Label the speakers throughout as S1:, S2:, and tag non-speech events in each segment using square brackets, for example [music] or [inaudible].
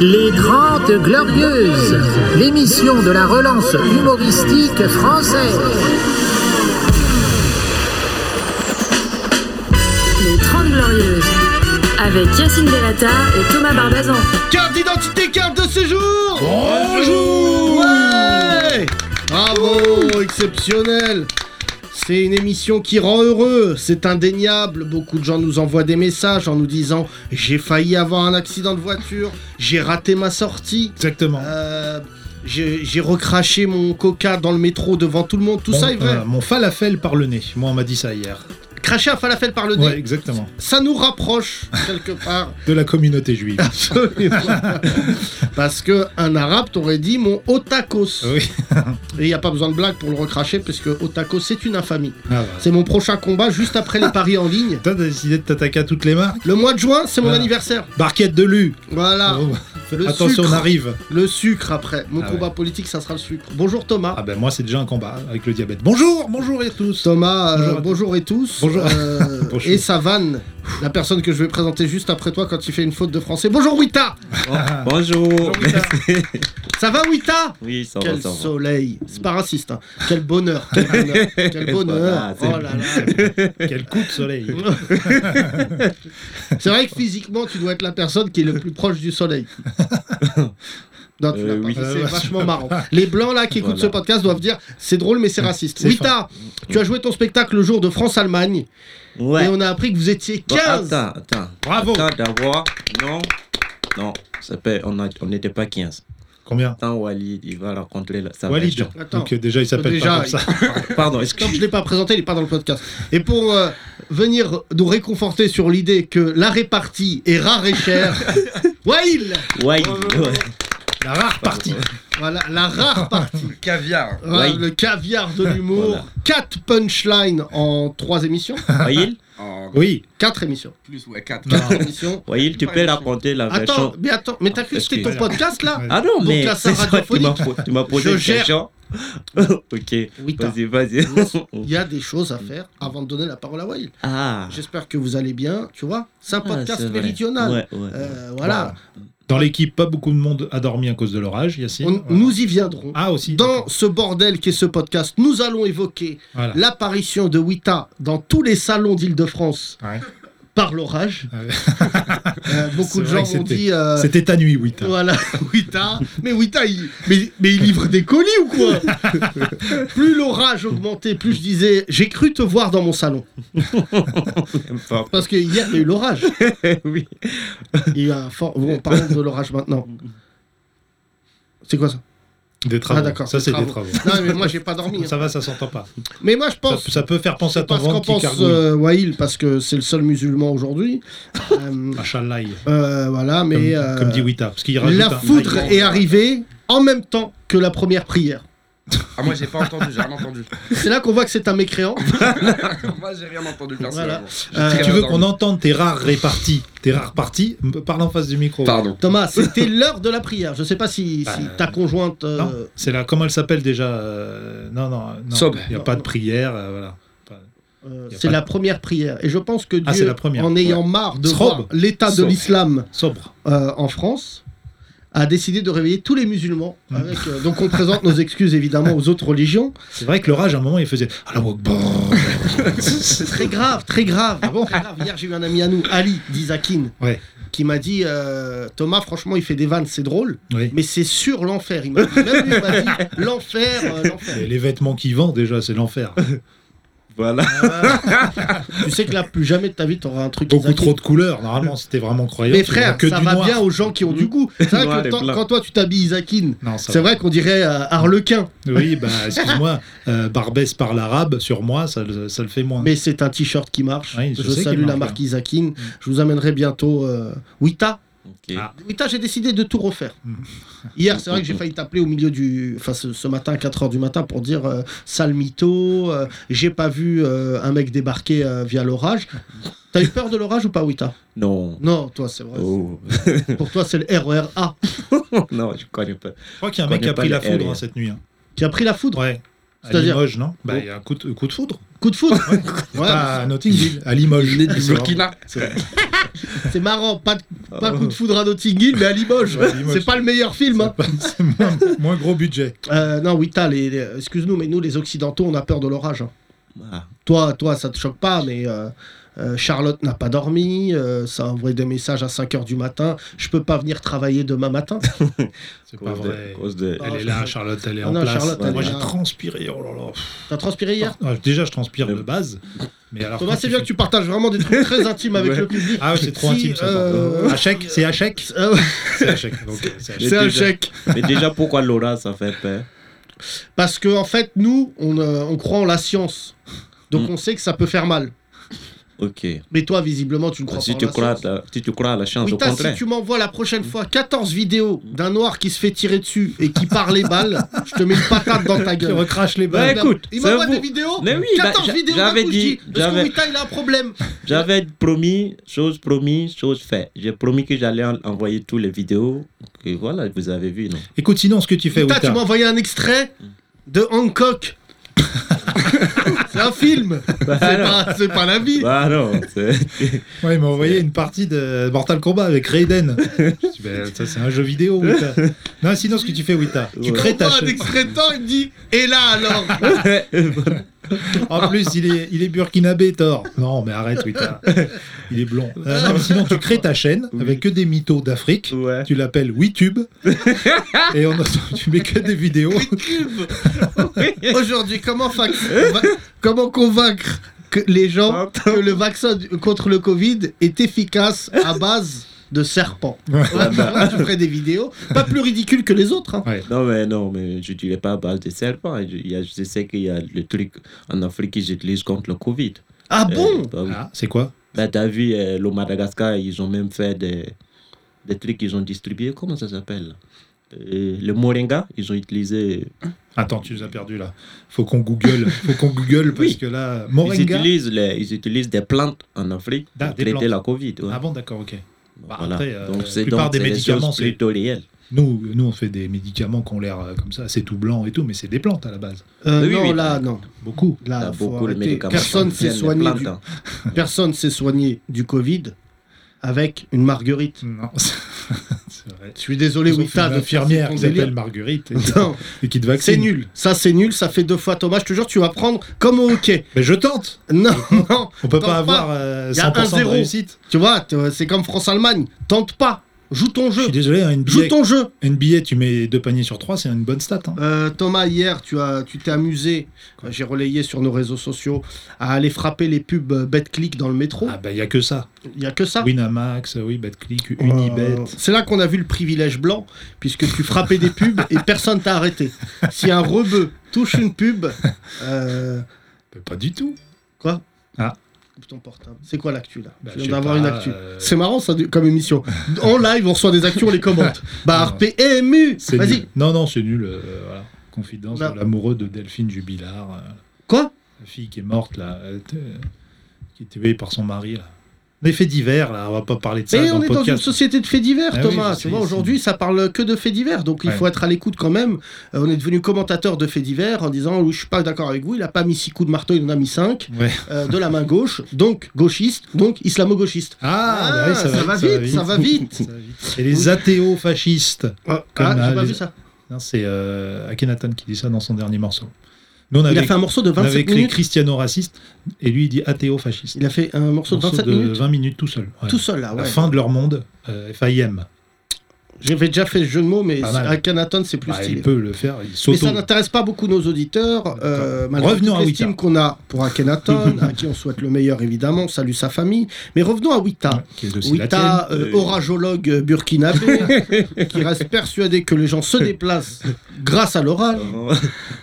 S1: Les Grandes Glorieuses, l'émission de la relance humoristique française.
S2: Les 30 Glorieuses, avec Yacine Delata et Thomas Barbazan.
S3: Carte d'identité, carte de séjour
S4: Bonjour
S3: Ouais Bravo, exceptionnel c'est une émission qui rend heureux, c'est indéniable. Beaucoup de gens nous envoient des messages en nous disant j'ai failli avoir un accident de voiture, j'ai raté ma sortie,
S4: Exactement.
S3: euh, j'ai j'ai recraché mon coca dans le métro devant tout le monde. Tout
S4: Mon-
S3: ça est vrai.
S4: euh, mon falafel par le nez. Moi, on m'a dit ça hier.
S3: Cracher un falafel par le nez,
S4: Ouais, exactement.
S3: ça nous rapproche quelque part.
S4: De la communauté
S3: [laughs]
S4: juive.
S3: Absolument. Parce que un arabe t'aurait dit mon otakos.
S4: [laughs] oui.
S3: Et il n'y a pas besoin de blague pour le recracher, puisque Otako, c'est une infamie.
S4: Ah, bah.
S3: C'est mon prochain combat juste après les paris en ligne.
S4: Toi, t'as décidé de t'attaquer à toutes les marques.
S3: Le mois de juin, c'est mon
S4: Voilà.
S3: anniversaire.
S4: Barquette de Lu.
S3: Voilà,
S4: Oh.
S3: Ah, le
S4: Attention,
S3: sucre.
S4: on arrive.
S3: le sucre après. Mon
S4: Ah
S3: combat politique, ça sera le sucre. Bonjour Thomas.
S4: Ah ben moi, c'est déjà un combat avec le diabète. Bonjour, bonjour à
S3: [laughs]
S4: tous.
S3: Thomas, euh,
S4: Bonjour
S3: bonjour,
S4: à
S3: et tous.
S4: Bonjour.
S3: Euh,
S4: [laughs] Bonjour.
S3: Et Savane, la personne que je vais présenter juste après toi quand il fait une faute de français. Bonjour Wita
S5: Bonjour.
S3: [laughs] Wita. Ça va Wita
S5: Oui, ça va,
S3: Quel
S5: ça va.
S3: soleil C'est pas raciste, hein. Quel bonheur Quel
S4: [laughs]
S3: bonheur, Quel bonheur.
S5: Voilà,
S3: Oh
S5: c'est-
S3: là là
S4: Quel coup de soleil.
S3: C'est vrai que physiquement, tu dois être la personne qui est le plus proche du soleil. Non, tu
S5: Euh,
S3: l'as pas.
S5: oui.
S3: Ça,
S4: Euh,
S3: C'est
S4: ouais.
S3: vachement marrant. Les blancs là qui écoutent
S5: Voilà.
S3: ce podcast doivent dire c'est drôle mais c'est raciste.
S4: C'est
S3: Wita, tu as joué ton spectacle le jour de France-Allemagne et
S5: Ouais.
S3: on a appris que vous étiez
S5: Bon,
S3: 15.
S5: attends, attends.
S4: [laughs] Bravo.
S5: Attends d'abord. Non. Non. Ça peut- on a- on n'était pas 15.
S4: Combien
S5: Attends, Walid, il va rencontrer la. ça va
S4: Walid.
S5: être-
S3: Attends.
S4: Donc euh, déjà, il s'appelle
S3: Déjà,
S4: pas comme ça.
S5: Pardon,
S3: Tant que je
S5: excuse
S3: ne l'ai pas présenté, il n'est pas dans le podcast. Et pour euh, venir nous réconforter sur l'idée que la répartie est rare et chère, Wail
S5: Walid. ouais.
S4: La rare partie.
S3: Voilà, la rare partie.
S6: caviar.
S3: Voilà,
S5: Wail.
S3: le caviar de l'humour.
S5: Voilà.
S3: 4 punchlines en 3 émissions.
S5: Walid,
S6: En
S4: Oui.
S3: 4
S4: [laughs]
S3: émissions.
S6: plus, ouais, 4.
S4: Non.
S3: émissions.
S5: Walid, tu peux raconter la
S3: Attends,
S5: version.
S3: mais attends, mais t'as cru que c'était ton
S4: Excuse.
S3: podcast
S4: [laughs]
S3: là
S5: Ah non,
S3: Donc
S5: mais
S3: la
S5: c'est
S3: salle
S5: ça, tu m'as po- tu m'as posé
S3: Je
S5: une
S3: gère.
S5: question. [laughs] ok,
S3: Oui, t'as-
S5: vas-y, vas-y.
S3: il y a des choses à faire avant de donner la parole à Wail.
S5: [laughs] ah,
S3: J'espère que vous allez bien, tu vois. C'est un
S5: Ah,
S3: podcast
S5: c'est vrai.
S3: méridional.
S5: Ouais, ouais. [laughs]
S3: Euh, voilà,
S4: Bah, Dans l'équipe, pas beaucoup de monde a dormi à cause de l'orage, Yacine.
S3: On-
S4: Voilà.
S3: nous y viendrons.
S4: Ah aussi.
S3: Dans
S4: d'accord. Ah.
S3: ce bordel qu'est ce podcast, nous allons évoquer
S4: Voilà.
S3: l'apparition de Wita dans tous les salons d'Île-de-France
S4: Ouais.
S3: par l'orage.
S4: Ouais. [laughs]
S3: Euh, beaucoup
S4: Ah, C'est
S3: de
S4: vrai
S3: gens
S4: que
S3: ont
S4: c'était-
S3: dit. euh,
S4: C'était ta nuit, oui. t'as-
S3: Voilà, [laughs] Wita. Mais Wita, il... Mais, mais il livre des colis ou quoi Plus l'orage augmentait, plus je disais J'ai cru te voir dans mon salon.
S5: Fort.
S3: Parce que hier, il y a eu l'orage.
S5: oui.
S3: Il y a un fort. Bon, parlons de l'orage maintenant. C'est quoi ça
S4: Des travaux.
S3: Ah, d'accord,
S4: Ça,
S3: des
S4: c'est des
S3: travaux.
S4: travaux.
S3: Non, mais moi, j'ai pas dormi. hein.
S4: Ça va, ça s'entend pas.
S3: Mais moi, je
S4: Ça,
S3: pense.
S4: ça peut faire penser à ton
S3: Parce qu'en
S4: ventre qui
S3: pense
S4: cargouille.
S3: euh, Wail, parce que c'est le seul musulman aujourd'hui. Euh,
S4: Inch'Allah.
S3: euh, voilà,
S4: Comme,
S3: mais. euh,
S4: comme dit Wita. Parce qu'il rajoute
S3: la
S4: un-
S3: foudre
S4: un-
S3: est arrivée en même temps que la première prière.
S6: Ah, moi j'ai pas entendu, j'ai rien entendu. [laughs]
S3: C'est là qu'on voit que c'est un
S4: [laughs]
S3: mécréant.
S6: moi j'ai rien entendu
S3: Voilà.
S6: personnellement. J'ai
S3: Euh,
S6: très
S4: Tu veux
S6: bien
S4: qu'on
S6: dormi.
S4: entende tes rares réparties Tes rares parties M- Parle en face du micro.
S6: Pardon.
S4: [laughs]
S3: Thomas, c'était l'heure de la prière. Je sais pas si, si
S4: Euh,
S3: ta conjointe. euh,
S4: Non, c'est là. Comment elle s'appelle déjà euh, Non, non, non.
S6: Sobre.
S4: Il n'y a pas de prière. euh, voilà.
S3: euh,
S4: Y a
S3: c'est
S4: pas-
S3: la première prière. Et je pense que Dieu,
S4: Ah, c'est la première.
S3: en ayant marre de
S4: Srobe.
S3: voir l'état de
S4: Srobe.
S3: l'islam
S4: Sobre.
S3: euh, en France, a décidé de réveiller tous les musulmans. avec, euh, donc on présente nos excuses évidemment aux autres religions.
S4: C'est vrai que l'orage, à un moment, il faisait. ah, Alors, [laughs]
S3: C'est très grave, très grave. Très grave. Hier, j'ai eu un ami à nous, Ali Dizakin,
S4: Ah Ouais.
S3: qui m'a dit euh, Thomas, franchement, il fait des vannes, c'est drôle,
S4: Oui.
S3: mais c'est sur l'enfer. Il m'a dit, même lui, il m'a dit l'enfer, euh, l'enfer.
S4: Et Les vêtements qui vendent, déjà, c'est [laughs] l'enfer.
S5: Voilà.
S3: [laughs] Tu sais que là, plus jamais de ta vie, t'auras un truc.
S4: Beaucoup
S3: Dizakin.
S4: trop de couleurs. Normalement, c'était vraiment croyant.
S3: Mais
S4: tu vois
S3: frère,
S4: que
S3: ça
S4: du
S3: va
S4: noir.
S3: bien aux gens qui ont du goût. C'est vrai
S5: Noir
S3: que
S5: et
S3: quand-
S5: blanc.
S3: quand toi, tu t'habilles Isakin,
S4: Non, ça
S3: c'est vrai qu'on dirait euh, Harlequin,
S4: Oui, bah, [laughs] excuse-moi, euh, Barbès parle arabe, sur moi, ça, le- ça le fait moins.
S3: mais c'est un t-shirt qui marche.
S4: Oui,
S3: je
S4: je sais qu'il
S3: salue la
S4: marche,
S3: marque
S4: hein.
S3: Isakin. Je vous amènerai bientôt euh, Wita.
S5: Ok.
S4: Ah.
S3: Wita, j'ai décidé de tout refaire.
S4: Mm.
S3: Hier, c'est vrai que j'ai failli t'appeler au milieu du. Enfin, ce, ce matin, à 4h du matin, pour dire euh, sale mytho, euh, j'ai pas vu euh, un mec débarquer euh, via l'orage. T'as eu peur de l'orage ou pas, Wita
S5: Non.
S3: Non, toi, c'est vrai.
S5: Oh. [laughs]
S3: Pour toi, c'est le E RERA
S5: non, je connais pas.
S4: Je crois qu'il y a un mec qui a
S5: connais
S4: pris
S5: pas
S4: la
S5: les
S4: foudre
S5: R,
S4: hein,
S5: hein.
S4: cette nuit. hein.
S3: qui a pris la foudre.
S4: Ouais. À
S3: C'est-à-dire
S4: Limoges, non Bah,
S3: Oh.
S4: il y a un coup de, coup de foudre.
S3: Coup de foudre [laughs] Ouais,
S4: Pas à Notting Hill, à Limoges.
S6: Il est du
S4: C'est
S6: Burkina.
S3: C'est marrant, pas, de-
S5: Oh.
S3: pas coup de foudre à Notting Hill, mais à Limoges.
S4: Ouais, Limoges.
S3: C'est pas le meilleur film. hein.
S4: pas- c'est moins, moins gros budget.
S3: Euh, non, oui, t'as les, les- excuse-nous, mais nous, les Occidentaux, on a peur de l'orage. hein.
S5: Ah,
S3: Toi, toi, ça te choque pas, mais euh, euh, Charlotte n'a pas dormi, euh, ça a envoyé des messages à 5h du matin. Je peux pas venir travailler demain matin.
S4: C'est pas
S5: cause de,
S4: vrai.
S5: cause de-
S3: Ah,
S4: Elle est là, Charlotte, elle est
S3: Ah
S4: en
S3: non,
S4: place.
S3: Charlotte,
S5: elle
S4: Moi,
S5: est
S4: j'ai
S3: là.
S4: transpiré. Oh là là.
S3: T'as transpiré hier
S4: Ah, Déjà, je transpire de base. Mais alors,
S3: Thomas,
S4: quand
S3: c'est
S4: tu
S3: bien
S4: fais-
S3: que tu partages vraiment des trucs
S4: [laughs]
S3: très intimes avec
S6: Ouais.
S3: le public.
S4: Ah, ouais, c'est trop
S3: Si,
S4: intime ça.
S3: euh,
S4: pardon. À chèque, c'est à chèque.
S3: [laughs] Ah ouais,
S4: C'est à chèque. donc, euh, c'est à chèque.
S3: C'est un
S5: déjà-
S3: chèque.
S5: Mais déjà, pourquoi Laura, ça fait peur
S3: Parce que, en fait, nous, on, euh, on croit en la science. Donc,
S5: Mm.
S3: on sait que ça peut faire mal.
S5: Ok.
S3: Mais toi, visiblement, tu ne crois
S5: Bah, Si
S3: pas
S5: tu,
S3: en la
S5: crois,
S3: science.
S5: à la- si tu crois à la chance,
S3: Oui,
S5: au
S3: t'as, si
S5: contraire.
S3: tu m'envoies la prochaine fois 14 vidéos d'un noir qui se fait tirer dessus et qui part les
S5: [laughs]
S3: balles, je te mets une patate dans ta
S4: Tu
S3: gueule.
S4: recraches les
S5: Bah,
S4: balles.
S5: écoute,
S3: il
S5: c'est
S3: m'envoie
S5: vous.
S3: des vidéos
S5: Mais oui, bah,
S3: 14
S5: j'a-
S3: vidéos
S5: j'avais
S3: d'un coup, je
S5: dit,
S3: dis, Parce que
S5: j'avais-
S3: Wita, il a un
S5: [laughs]
S3: problème.
S5: J'avais promis, chose promis, chose faite. J'ai promis que j'allais en- envoyer toutes les vidéos. Et voilà, vous avez vu, non
S4: Écoute, sinon, ce que tu fais,
S3: Wita, tu
S4: Wita,
S3: m'as envoyé un extrait de
S5: [laughs]
S3: Hancock. c'est un film.
S5: Bah
S3: C'est
S5: non.
S3: pas, c'est pas la vie.
S5: Bah non,
S3: [laughs]
S5: c'est-
S4: Ouais, il m'a envoyé une partie de Mortal Kombat avec [laughs] Raiden. Je dis, bah, ça, c'est un jeu vidéo, Wita. Non, sinon, ce que tu fais, Wita, tu
S5: Ouais.
S4: crées ta
S3: T'envoies un
S4: chaîne.
S3: extrait de temps, il me dit Et là
S5: [laughs]
S3: alors
S4: En plus, il est, il est burkinabé, Thor. Non, mais
S3: [laughs]
S4: arrête, Wita. Il est blond. Euh, non, mais sinon, tu crées ta chaîne avec que des mythos d'Afrique.
S3: [laughs]
S5: ouais.
S4: Tu l'appelles WeTube. Et on, [laughs] tu mets que des vidéos.
S3: Aujourd'hui, comment, fac- va- comment convaincre que les
S5: Ah,
S3: gens que le vaccin du- contre le Covid est efficace à base de serpents
S4: Ouais.
S3: Ouais, bah, tu ferais des vidéos, pas plus ridicules que les autres. hein.
S5: Non, mais non, mais je dirais pas à base de serpent. Je, il y a- je sais qu'il y a le truc en Afrique qu'ils utilisent contre le Covid.
S3: Ah bon
S5: Euh, bah oui.
S4: Ah, c'est quoi
S5: Bah, t'as vu, euh, le Madagascar, ils ont même fait des, des trucs qu'ils ont distribués. Comment ça s'appelle Euh, Le moringa, ils ont utilisé.
S4: Attends, tu nous as perdu là. Faut qu'on Google. Faut qu'on Google parce
S5: Oui.
S4: que là,
S5: Ils
S4: Moringa.
S5: utilisent, les, ils utilisent des plantes en Afrique
S4: Ah,
S5: pour
S4: des
S5: traiter
S4: plantes.
S5: la Covid. ouais.
S4: Ah bon, d'accord, ok. Bah,
S5: Voilà.
S4: après, euh,
S5: donc, c'est
S4: la plupart
S5: donc
S4: des
S5: c'est des
S4: médicaments,
S5: choses
S4: c'est-
S5: plutôt réelles.
S4: Nous, nous, on fait des médicaments qui ont l'air euh, comme ça, c'est tout blanc et tout, mais c'est des plantes à la base.
S3: Euh,
S5: Oui,
S3: Non,
S5: oui.
S3: là, non.
S4: Beaucoup.
S5: T'as
S3: Là, Ah, faut
S5: beaucoup de
S3: arrêter.
S5: médicaments.
S3: Personne
S5: qui
S3: s'est
S5: contiennent des
S3: soigné, du...
S5: plantes, hein. [laughs]
S3: personne s'est soigné du Covid avec une marguerite.
S4: Non, [laughs] c'est vrai.
S3: Je suis désolé,
S4: Ils ont
S3: Wita,
S4: une
S3: de faire
S4: infirmière
S3: ton
S4: qui
S3: délire.
S4: s'appelle Marguerite et,
S3: [laughs] Non, [laughs]
S4: et qui te vaccine.
S3: c'est nul. Ça, c'est nul. Ça fait deux fois Thomas. Je te jure, tu vas prendre comme au hockey. [laughs]
S4: Mais je tente.
S3: Non, non.
S4: On peut pas,
S3: Tente
S4: avoir euh,
S3: Il y a
S4: 100% de
S3: 1-0.
S4: réussite.
S3: Tu vois, t- euh, c'est comme France-Allemagne. Tente pas. Joue ton
S4: Je
S3: jeu.
S4: suis désolé, hein,
S3: Joue
S4: NBA,
S3: ton jeu.
S4: NBA, tu mets deux paniers sur trois, c'est une bonne stat. hein.
S3: Euh, Thomas, hier, tu as, tu t'es amusé. euh, J'ai relayé sur nos réseaux sociaux à aller frapper les pubs euh, BetClick dans le métro.
S4: Ah bah il y a que ça.
S3: Il y a que ça.
S4: Winamax, euh, oui, BetClick, Unibet.
S3: Euh, C'est là qu'on a vu le privilège blanc, puisque tu frappais des pubs et personne t'a arrêté. Si un rebeu touche une pub, euh,
S4: Mais Pas du tout.
S3: quoi
S4: Ah.
S3: Ton portable. C'est quoi l'actu là Je
S4: Bah, je sais
S3: viens d'avoir
S4: pas,
S3: une actu.
S4: euh,
S3: C'est marrant ça du- comme émission. En live, on reçoit des actus, on les commente. Bah,
S4: Non.
S3: PMU
S4: C'est
S3: Vas-y Bah.
S4: nul. Non, non, c'est nul. euh, voilà. Confidence
S3: Non.
S4: de l'amoureux de Delphine Jubilard, euh,
S3: Quoi
S4: la fille qui est morte, là, euh, t- euh, qui était veillée par son mari. Là. Des faits divers, là, on va pas parler de ça.
S3: Mais
S4: dans
S3: on
S4: le
S3: est dans une
S4: podcast.
S3: société de faits divers,
S4: Ah oui,
S3: Thomas.
S4: je
S3: tu
S4: sais,
S3: vois,
S4: c'est-
S3: aujourd'hui, ça parle que de faits divers. Donc, il
S4: Ouais.
S3: faut être à l'écoute quand même. Euh, on est devenu commentateur de faits divers en disant Oui, Je suis pas d'accord avec vous, il a pas mis six coups de marteau, il en a mis cinq.
S4: Ouais.
S3: Euh, de la main gauche, donc gauchiste, donc islamo-gauchiste.
S4: Ah, bah oui, ça,
S3: va vite, ça va vite.
S4: Ça va vite. Et les athéo-fascistes.
S3: Ah,
S4: Comme,
S3: ah,
S4: euh,
S3: j'ai pas
S4: les-
S3: vu ça.
S4: Non, C'est euh, Akhenaton qui dit ça dans son dernier morceau. Nous, on
S3: Il
S4: avait,
S3: a fait un morceau de
S4: on avait
S3: 27
S4: écrit
S3: minutes.
S4: Cristiano-raciste, et lui, il dit athéo-fasciste.
S3: Il a fait un morceau de
S4: Morceau
S3: 27
S4: de
S3: minutes
S4: 20 minutes tout seul. ouais.
S3: tout seul là.
S4: La
S3: Ouais.
S4: fin de leur monde, euh, FIM.
S3: J'avais déjà fait ce jeu de mots, mais
S4: Pas mal.
S3: à Canaton, c'est plus
S4: Bah,
S3: stylé.
S4: il peut le faire, il
S3: Mais
S4: s'auto.
S3: ça n'intéresse pas beaucoup nos auditeurs. euh,
S4: D'accord.
S3: malgré
S4: Revenons
S3: toute
S4: à
S3: l'estime
S4: Wita.
S3: qu'on a pour
S4: [laughs]
S3: Akhenaton, à qui on souhaite le meilleur évidemment, on salue sa famille. Mais revenons à Wita.
S4: Qui est aussi la tienne.
S3: Wita, euh,
S5: Euh,
S3: oragologue euh,
S4: [laughs]
S3: burkinabé, qui reste persuadé que les gens se déplacent grâce à l'oral.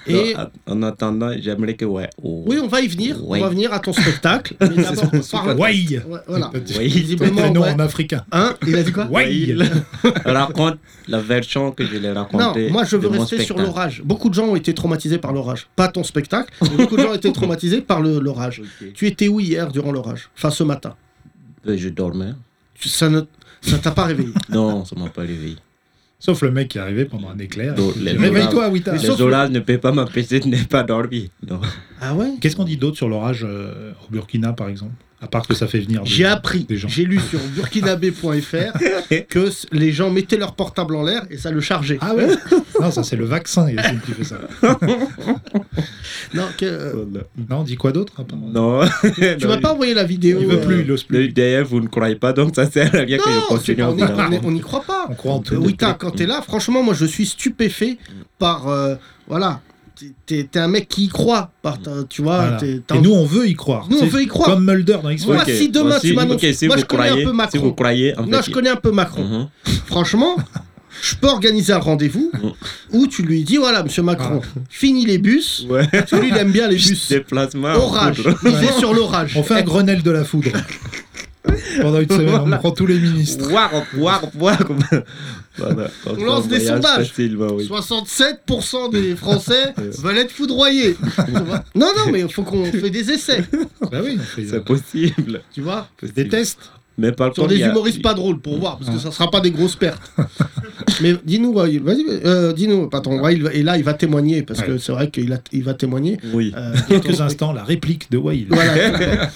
S3: Et-
S5: Et en attendant, j'aimerais que ouais. oh.
S3: Oui, on va y venir.
S5: Ouais.
S3: On va venir à ton
S4: [laughs]
S3: spectacle. Mais d'abord, parle-
S4: Ouais.
S3: Ouais, voilà.
S5: Ouais.
S4: Ton
S3: Visiblement,
S4: prénom
S3: ouais.
S4: en africain.
S3: Hein Il a dit quoi
S4: Ouais.
S5: [laughs] raconte la version que je l'ai
S3: Non,
S5: racontée.
S3: moi je veux
S5: de mon
S3: rester sur
S5: spectacle.
S3: l'orage. Beaucoup de gens ont été traumatisés par l'orage. Pas ton spectacle, mais beaucoup de gens ont été traumatisés par le- l'orage.
S5: Ok.
S3: Tu étais où hier durant l'orage Enfin, ce matin.
S5: Euh, Je dormais.
S3: Tu- Ça ne ça t'a pas réveillé.
S5: Non, ça m'a pas réveillé.
S4: [laughs] Sauf le mec qui est arrivé pendant un éclair.
S5: Donc,
S4: Il dit,
S5: les
S4: Réveille-toi, Wita.
S5: Les orages ne peuvent pas m'empêcher de ne pas dormir. Donc,
S3: Ah ouais
S4: Qu'est-ce qu'on dit d'autre sur l'orage euh, au Burkina, par exemple À part que ça fait venir. des-
S3: J'ai appris,
S4: des gens.
S3: j'ai lu sur burkinabé.fr
S4: [laughs]
S3: que s- les gens mettaient leur portable en l'air et ça le chargeait.
S4: Ah ouais [laughs] Non, ça c'est le vaccin Yacine, qui fait
S5: [laughs]
S4: ça.
S3: Non, que, euh,
S4: Non, on dit quoi d'autre à part-
S5: Oh non.
S3: tu m'as pas envoyé la vidéo.
S4: bah Il veut plus, il
S3: euh,
S4: ose
S5: Le
S4: plus.
S5: UDF, vous ne croyez pas, donc ça sert à rien que
S3: Non,
S5: je continue
S3: c'est pas-
S5: en
S3: on y- on y-
S5: parlant.
S3: on n'y croit pas.
S4: On croit en tout.
S3: Euh, Wita, quand t'es là, franchement, moi je suis stupéfait par. euh, voilà, T'es- t'es t'es un mec qui y croit. Par, ta- tu vois,
S4: Voilà.
S3: Ah, t'es- t'as-
S4: Et nous, on veut y croire.
S3: Nous, on
S4: C'est
S3: veut y croire.
S4: Comme Mulder dans
S3: Moi,
S4: X-Files.
S5: Ok,
S3: si demain, tu m'annonces-
S5: ok, si
S3: moi,
S5: vous
S3: je connais un
S5: croyez-
S3: peu Macron.
S5: Si vous croyez, en
S3: Non,
S5: fait,
S3: je connais un peu Macron.
S5: Mhm.
S3: Franchement, je peux organiser un rendez-vous où tu lui dis voilà, monsieur Macron, fini les bus.
S5: [laughs] Ouais.
S3: Parce que lui, il aime bien les bus.
S5: Déplacement. en [laughs]
S3: Orage.
S5: poudre.
S3: Misez sur l'orage.
S4: On fait un Grenelle de la foudre. Pendant une semaine, on prend tous les ministres.
S5: Warp, warp, warp. [laughs] Voilà, comme
S3: On lance
S5: ça,
S3: des
S5: voyage
S3: sondages.
S5: facilement, oui.
S3: 67% des Français veulent être foudroyés. Tu vois non, non, mais il faut qu'on fait des essais.
S4: Bah oui, on fait
S5: C'est possible.
S3: Tu vois
S4: des tests.
S5: Mais par
S3: Sur
S5: contre,
S3: des
S5: il y a-
S3: humoristes pas drôles pour voir, parce que ça sera pas des grosses pertes. Mais dis-nous, Wael, vas-y, euh, dis-nous, patron. Wael, et là, il va témoigner, parce que
S4: Ouais.
S3: c'est vrai qu'il a- il va témoigner.
S5: Oui.
S3: Euh,
S4: Quelques instants, la réplique de Wail.
S3: voilà.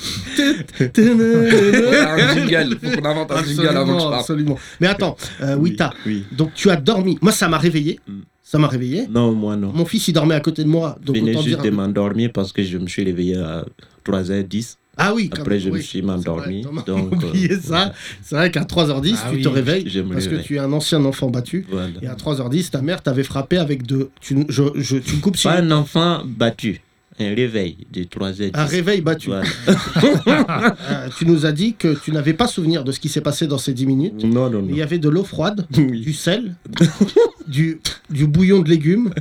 S6: Faut faire un jingle, faut qu'on invente un jingle avant que je
S3: absolument,
S6: parte.
S3: absolument. Mais attends, euh,
S5: oui,
S3: Wita,
S5: oui.
S3: donc tu as dormi. Moi, ça m'a réveillé.
S5: Mm.
S3: Ça m'a réveillé.
S5: Non, moi non.
S3: Mon fils, il dormait à côté de moi.
S5: Je
S3: Donc
S5: venais
S3: autant
S5: juste
S3: dire.
S5: de m'endormir parce que je me suis réveillé à 3h10.
S3: Ah oui, quand
S5: Après,
S3: même,
S5: je me
S3: oui.
S5: suis m'endormi.
S3: C'est vrai, t'as [laughs]
S5: Donc, euh,
S3: oublié ça. C'est vrai qu'à 3h10,
S4: Ah
S3: tu
S4: oui,
S3: te réveilles
S5: je me
S3: parce que
S5: réveille.
S3: tu es un ancien enfant battu.
S5: voilà.
S3: Et à 3h10, ta mère t'avait frappé avec deux. Tu, je, je- tu me coupes si.
S5: Pas un enfant battu. Un réveil de 3h10.
S3: Un réveil battu.
S5: Voilà.
S3: [laughs] Euh, tu nous as dit que tu n'avais pas souvenir de ce qui s'est passé dans ces 10 minutes.
S5: Non, non,
S3: Il
S5: [laughs] non.
S3: y avait de l'eau froide,
S5: Oui.
S3: du sel, du, du bouillon de légumes,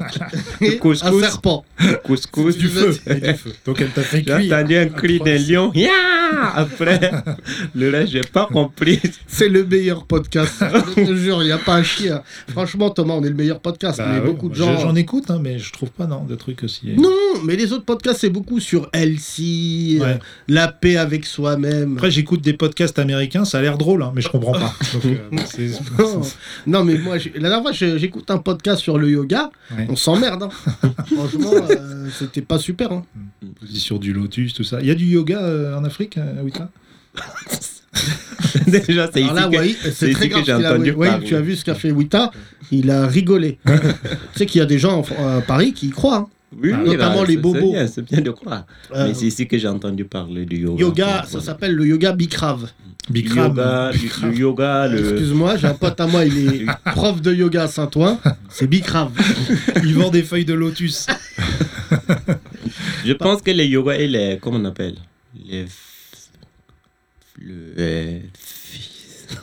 S3: et un
S5: couscous.
S3: serpent.
S5: Couscous.
S3: Du
S5: [laughs]
S3: feu.
S4: Donc elle t'a fait
S5: J'ai
S4: cuire.
S5: entendu un cri d'un lion. Ya Après, le reste, j'ai pas compris. [laughs]
S3: C'est le meilleur
S4: [laughs]
S3: podcast. je te jure, il n'y a pas un chien. Franchement, Thomas, on est le meilleur podcast.
S4: Bah
S3: mais
S4: oui,
S3: beaucoup de
S4: moi,
S3: gens.
S4: J'en écoute, hein, mais je trouve pas, non, de trucs aussi.
S3: Non, mais les autres podcasts, c'est beaucoup sur LC, euh,
S4: Ouais.
S3: la paix avec soi-même.
S4: Après, j'écoute des podcasts américains, ça a l'air drôle, hein, mais je comprends pas. Donc, euh, c'est-
S3: Non, non, mais moi, j'ai- la dernière fois, j'ai- j'écoute un podcast sur le yoga.
S4: Ouais.
S3: On s'emmerde.
S4: [laughs]
S3: hein. Franchement, euh, c'était pas super. hein.
S4: Position du lotus, tout ça. Il y a du yoga euh, en Afrique, euh, Wita
S5: Déjà, c'est ici
S3: Alors là,
S5: que-
S3: Waï, c'est
S5: ici
S3: très
S5: que
S3: grave.
S5: j'ai
S3: ce qu'il a-
S5: entendu
S3: Waï,
S5: parler.
S3: tu as vu ce qu'a fait Wita Il a
S4: [laughs]
S3: rigolé. tu sais qu'il y a des gens en Fr- à Paris qui y croient. hein.
S5: Oui,
S3: notamment
S5: bah,
S3: les
S5: c'est-
S3: bobos.
S5: C'est bien, c'est bien de croire.
S3: Euh,
S5: Mais c'est ici que j'ai entendu parler du yoga.
S3: yoga, ça
S5: Voilà.
S3: s'appelle le yoga bicrave.
S4: Bikram.
S5: Yoga, du, du yoga, Ah, le.
S3: Excuse-moi, j'ai un pote à moi,
S5: [laughs]
S3: il est prof de yoga à Saint-Ouen. C'est bicrave.
S4: Il vend des feuilles de lotus.
S5: Je pense que les yoga et les. Comment on appelle Les. f- Le.
S3: [laughs]
S5: euh,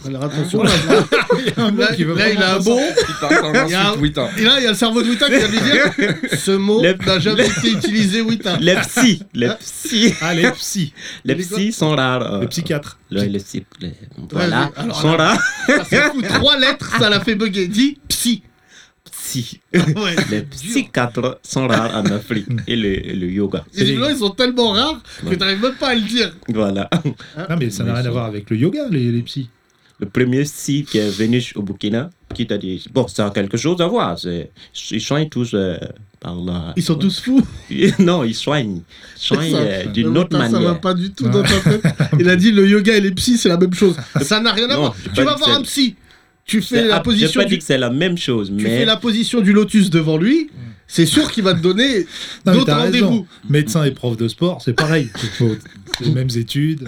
S3: Alors attention, là, là, là, il a un bon.
S6: Putain, c'est un
S3: Il y a-
S6: insulte, Wita.
S3: Et là, il y a le cerveau de Wita qui vient de
S5: [laughs]
S3: lui dire ce mot
S5: Le-
S3: n'a jamais été utilisé,
S5: [laughs]
S3: Wita.
S5: Les psy Les psy
S4: Ah, les psy,
S5: Les
S3: Les quoi
S5: psy sont rares. euh,
S4: les psychiatres.
S5: le- Les psy. les- Voilà.
S3: vas-y. Alors
S5: sont
S3: là- [laughs]
S5: rares.
S3: Parce que fou, trois lettres, ça l'a fait bugger. Dis psy.
S5: Psy.
S3: Ouais.
S5: Les psychiatres sont rares en
S3: [laughs]
S5: Afrique. Et le, et le yoga.
S3: Et visiblement, ils sont tellement rares que t'arrives même pas à le dire.
S5: Voilà.
S4: Non, mais ça n'a rien à voir avec le yoga, les, les psys.
S5: Le premier psy qui est venu au Burkina, qui t'a dit Bon, ça a quelque chose à voir. c'est- Ils soignent tous euh, par là.
S3: Ils sont tous fous.
S5: [laughs] Non, ils soignent. Ils soignent
S3: Ça,
S5: euh, d'une
S3: vraiment,
S5: autre
S3: ça, Ça va
S5: manière.
S3: pas du tout dans ta [laughs] tête. Il a dit le yoga et les psys, c'est la même chose. Ça n'a rien à
S5: Non,
S3: voir.
S5: j'ai
S3: Tu
S5: pas
S3: vas
S5: dit que
S3: voir
S5: c'est-
S3: un psy. Tu
S5: C'est-
S3: fais la
S5: ah, j'ai
S3: position
S5: pas dit
S3: du
S5: que c'est la même chose,
S3: tu
S5: mais
S3: fais la position du lotus devant lui,
S4: Mm.
S3: c'est sûr qu'il va te donner
S4: Non, mais
S3: d'autres
S4: t'as raison.
S3: rendez-vous.
S4: Médecin et prof de sport, c'est pareil. Faut- les mêmes études.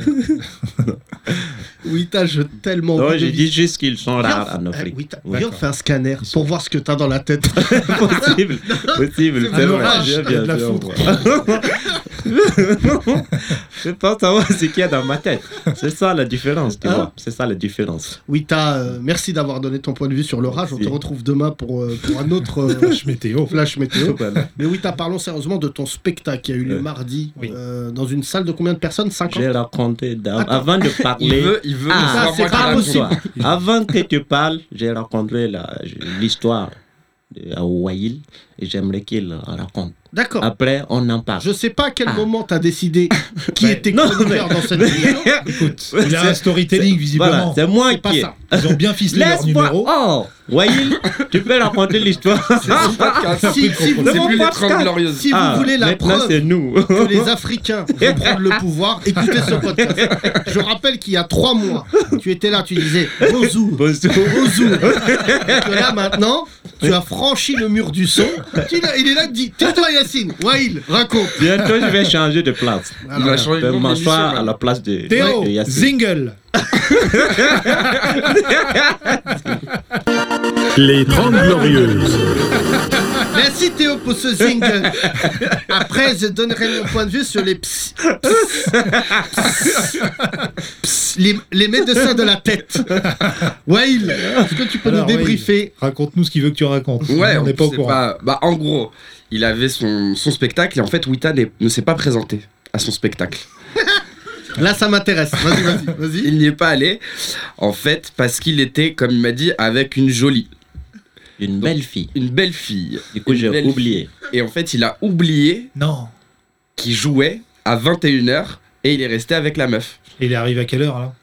S3: Oui, t'as je tellement.
S5: Non,
S3: envie de
S5: j'ai
S3: vivre.
S5: dit juste qu'ils sont
S3: Viens,
S5: rares en
S3: euh,
S5: Afrique.
S3: oui, t'as-
S5: Ouais.
S3: viens, on fait un scanner pour voir ce que t'as dans la tête.
S5: [laughs] possible, possible,
S3: C'est
S5: c'est
S3: un
S5: vrai.
S3: orage,
S5: Bien,
S4: avec de
S5: bien
S4: la
S5: sûr,
S4: foudre.
S5: moi. [laughs] Je pense savoir ce qu'il y a dans ma tête. C'est ça la différence, tu
S3: Hein
S5: vois. C'est ça la différence.
S3: Oui, t'as, euh, merci d'avoir donné ton point de vue sur l'orage. On te
S5: Merci.
S3: retrouve demain pour, euh, pour
S4: [laughs]
S3: un autre euh,
S4: Je météo.
S3: flash
S4: [laughs]
S3: météo.
S5: Voilà.
S3: Mais oui, t'as parlons sérieusement de ton spectacle qui a eu lieu
S5: Euh,
S3: mardi
S4: oui.
S3: euh, dans une salle de combien de personnes 50
S5: J'ai raconté dans-
S3: Attends.
S5: avant de
S6: Il
S5: parler.
S6: veut, il veut.
S5: Ah,
S3: ça,
S6: savoir moi
S3: c'est
S6: qui
S3: pas
S6: raconte.
S3: possible.
S5: Toi, Avant que tu parles, j'ai raconté la- l'histoire de- à Ouaïl et j'aimerais qu'il la raconte.
S3: D'accord.
S5: Après, on en parle.
S3: Je sais pas à quel
S5: Ah.
S3: moment t'as décidé qui
S4: Ouais.
S3: était
S5: Non,
S3: chroniqueur
S5: mais-
S3: dans
S5: [laughs]
S3: cette émission.
S4: Écoute, il a un
S5: C'est-
S4: storytelling,
S5: Voilà,
S4: visiblement.
S5: c'est moi
S3: C'est pas
S5: qui.
S3: ça.
S4: Ils ont bien ficelé leur
S5: Laisse-moi.
S4: numéro.
S5: Oh, Waïl, tu peux
S3: [laughs]
S5: raconter l'histoire.
S6: podcast.
S3: Si, si, vous-
S5: Le
S6: C'est
S5: bon
S6: plus les
S5: podcast.
S6: 30 glorieuses.
S3: si vous
S5: Ah,
S3: voulez la
S5: maintenant,
S3: preuve
S5: c'est nous.
S3: que les Africains vont prendre le pouvoir, écoutez ce podcast. Je rappelle qu'il y a trois mois, tu étais là, tu disais Bozou,
S5: Bonjour.
S3: Bozou. Et que là maintenant, tu as franchi le mur du son. Tu l'as- il est là, il dit Tais-toi, Yacine, Wail, raconte.
S5: Bientôt, je vais changer de
S3: [laughs]
S5: place.
S6: Il a changé
S5: Je
S6: de
S5: vais
S6: nom de l'émission,
S5: m'asseoir à
S6: man.
S5: Ben, la place de,
S4: Théo,
S5: de Yacine.
S4: Zingle.
S1: Les 30 Glorieuses.
S3: Merci Théo pour ce single. Après, je donnerai mon point de vue sur les ps- ps- ps- ps- les, les médecins de la tête. Wail, est-ce que tu peux
S4: Alors,
S3: nous débriefer
S4: Raconte-nous ce qu'il veut que tu racontes.
S6: Ouais,
S4: on n'est pas au
S6: sait
S4: courant.
S6: pas. Bah, en gros, il avait son, son spectacle et en fait, Wita n'est- ne s'est pas présenté à son spectacle.
S3: Là, ça m'intéresse. Vas-y, vas-y, vas-y.
S6: Il n'y est pas allé, en fait, parce qu'il était, comme il m'a dit, avec une jolie,
S5: Une belle fille.
S6: une belle fille.
S5: Du coup,
S6: Une
S5: j'ai
S6: belle
S5: oublié.
S6: Et en fait, il a oublié
S4: Non.
S6: qu'il jouait à 21h et il est resté avec la meuf.
S4: Et Il arrive à quelle heure là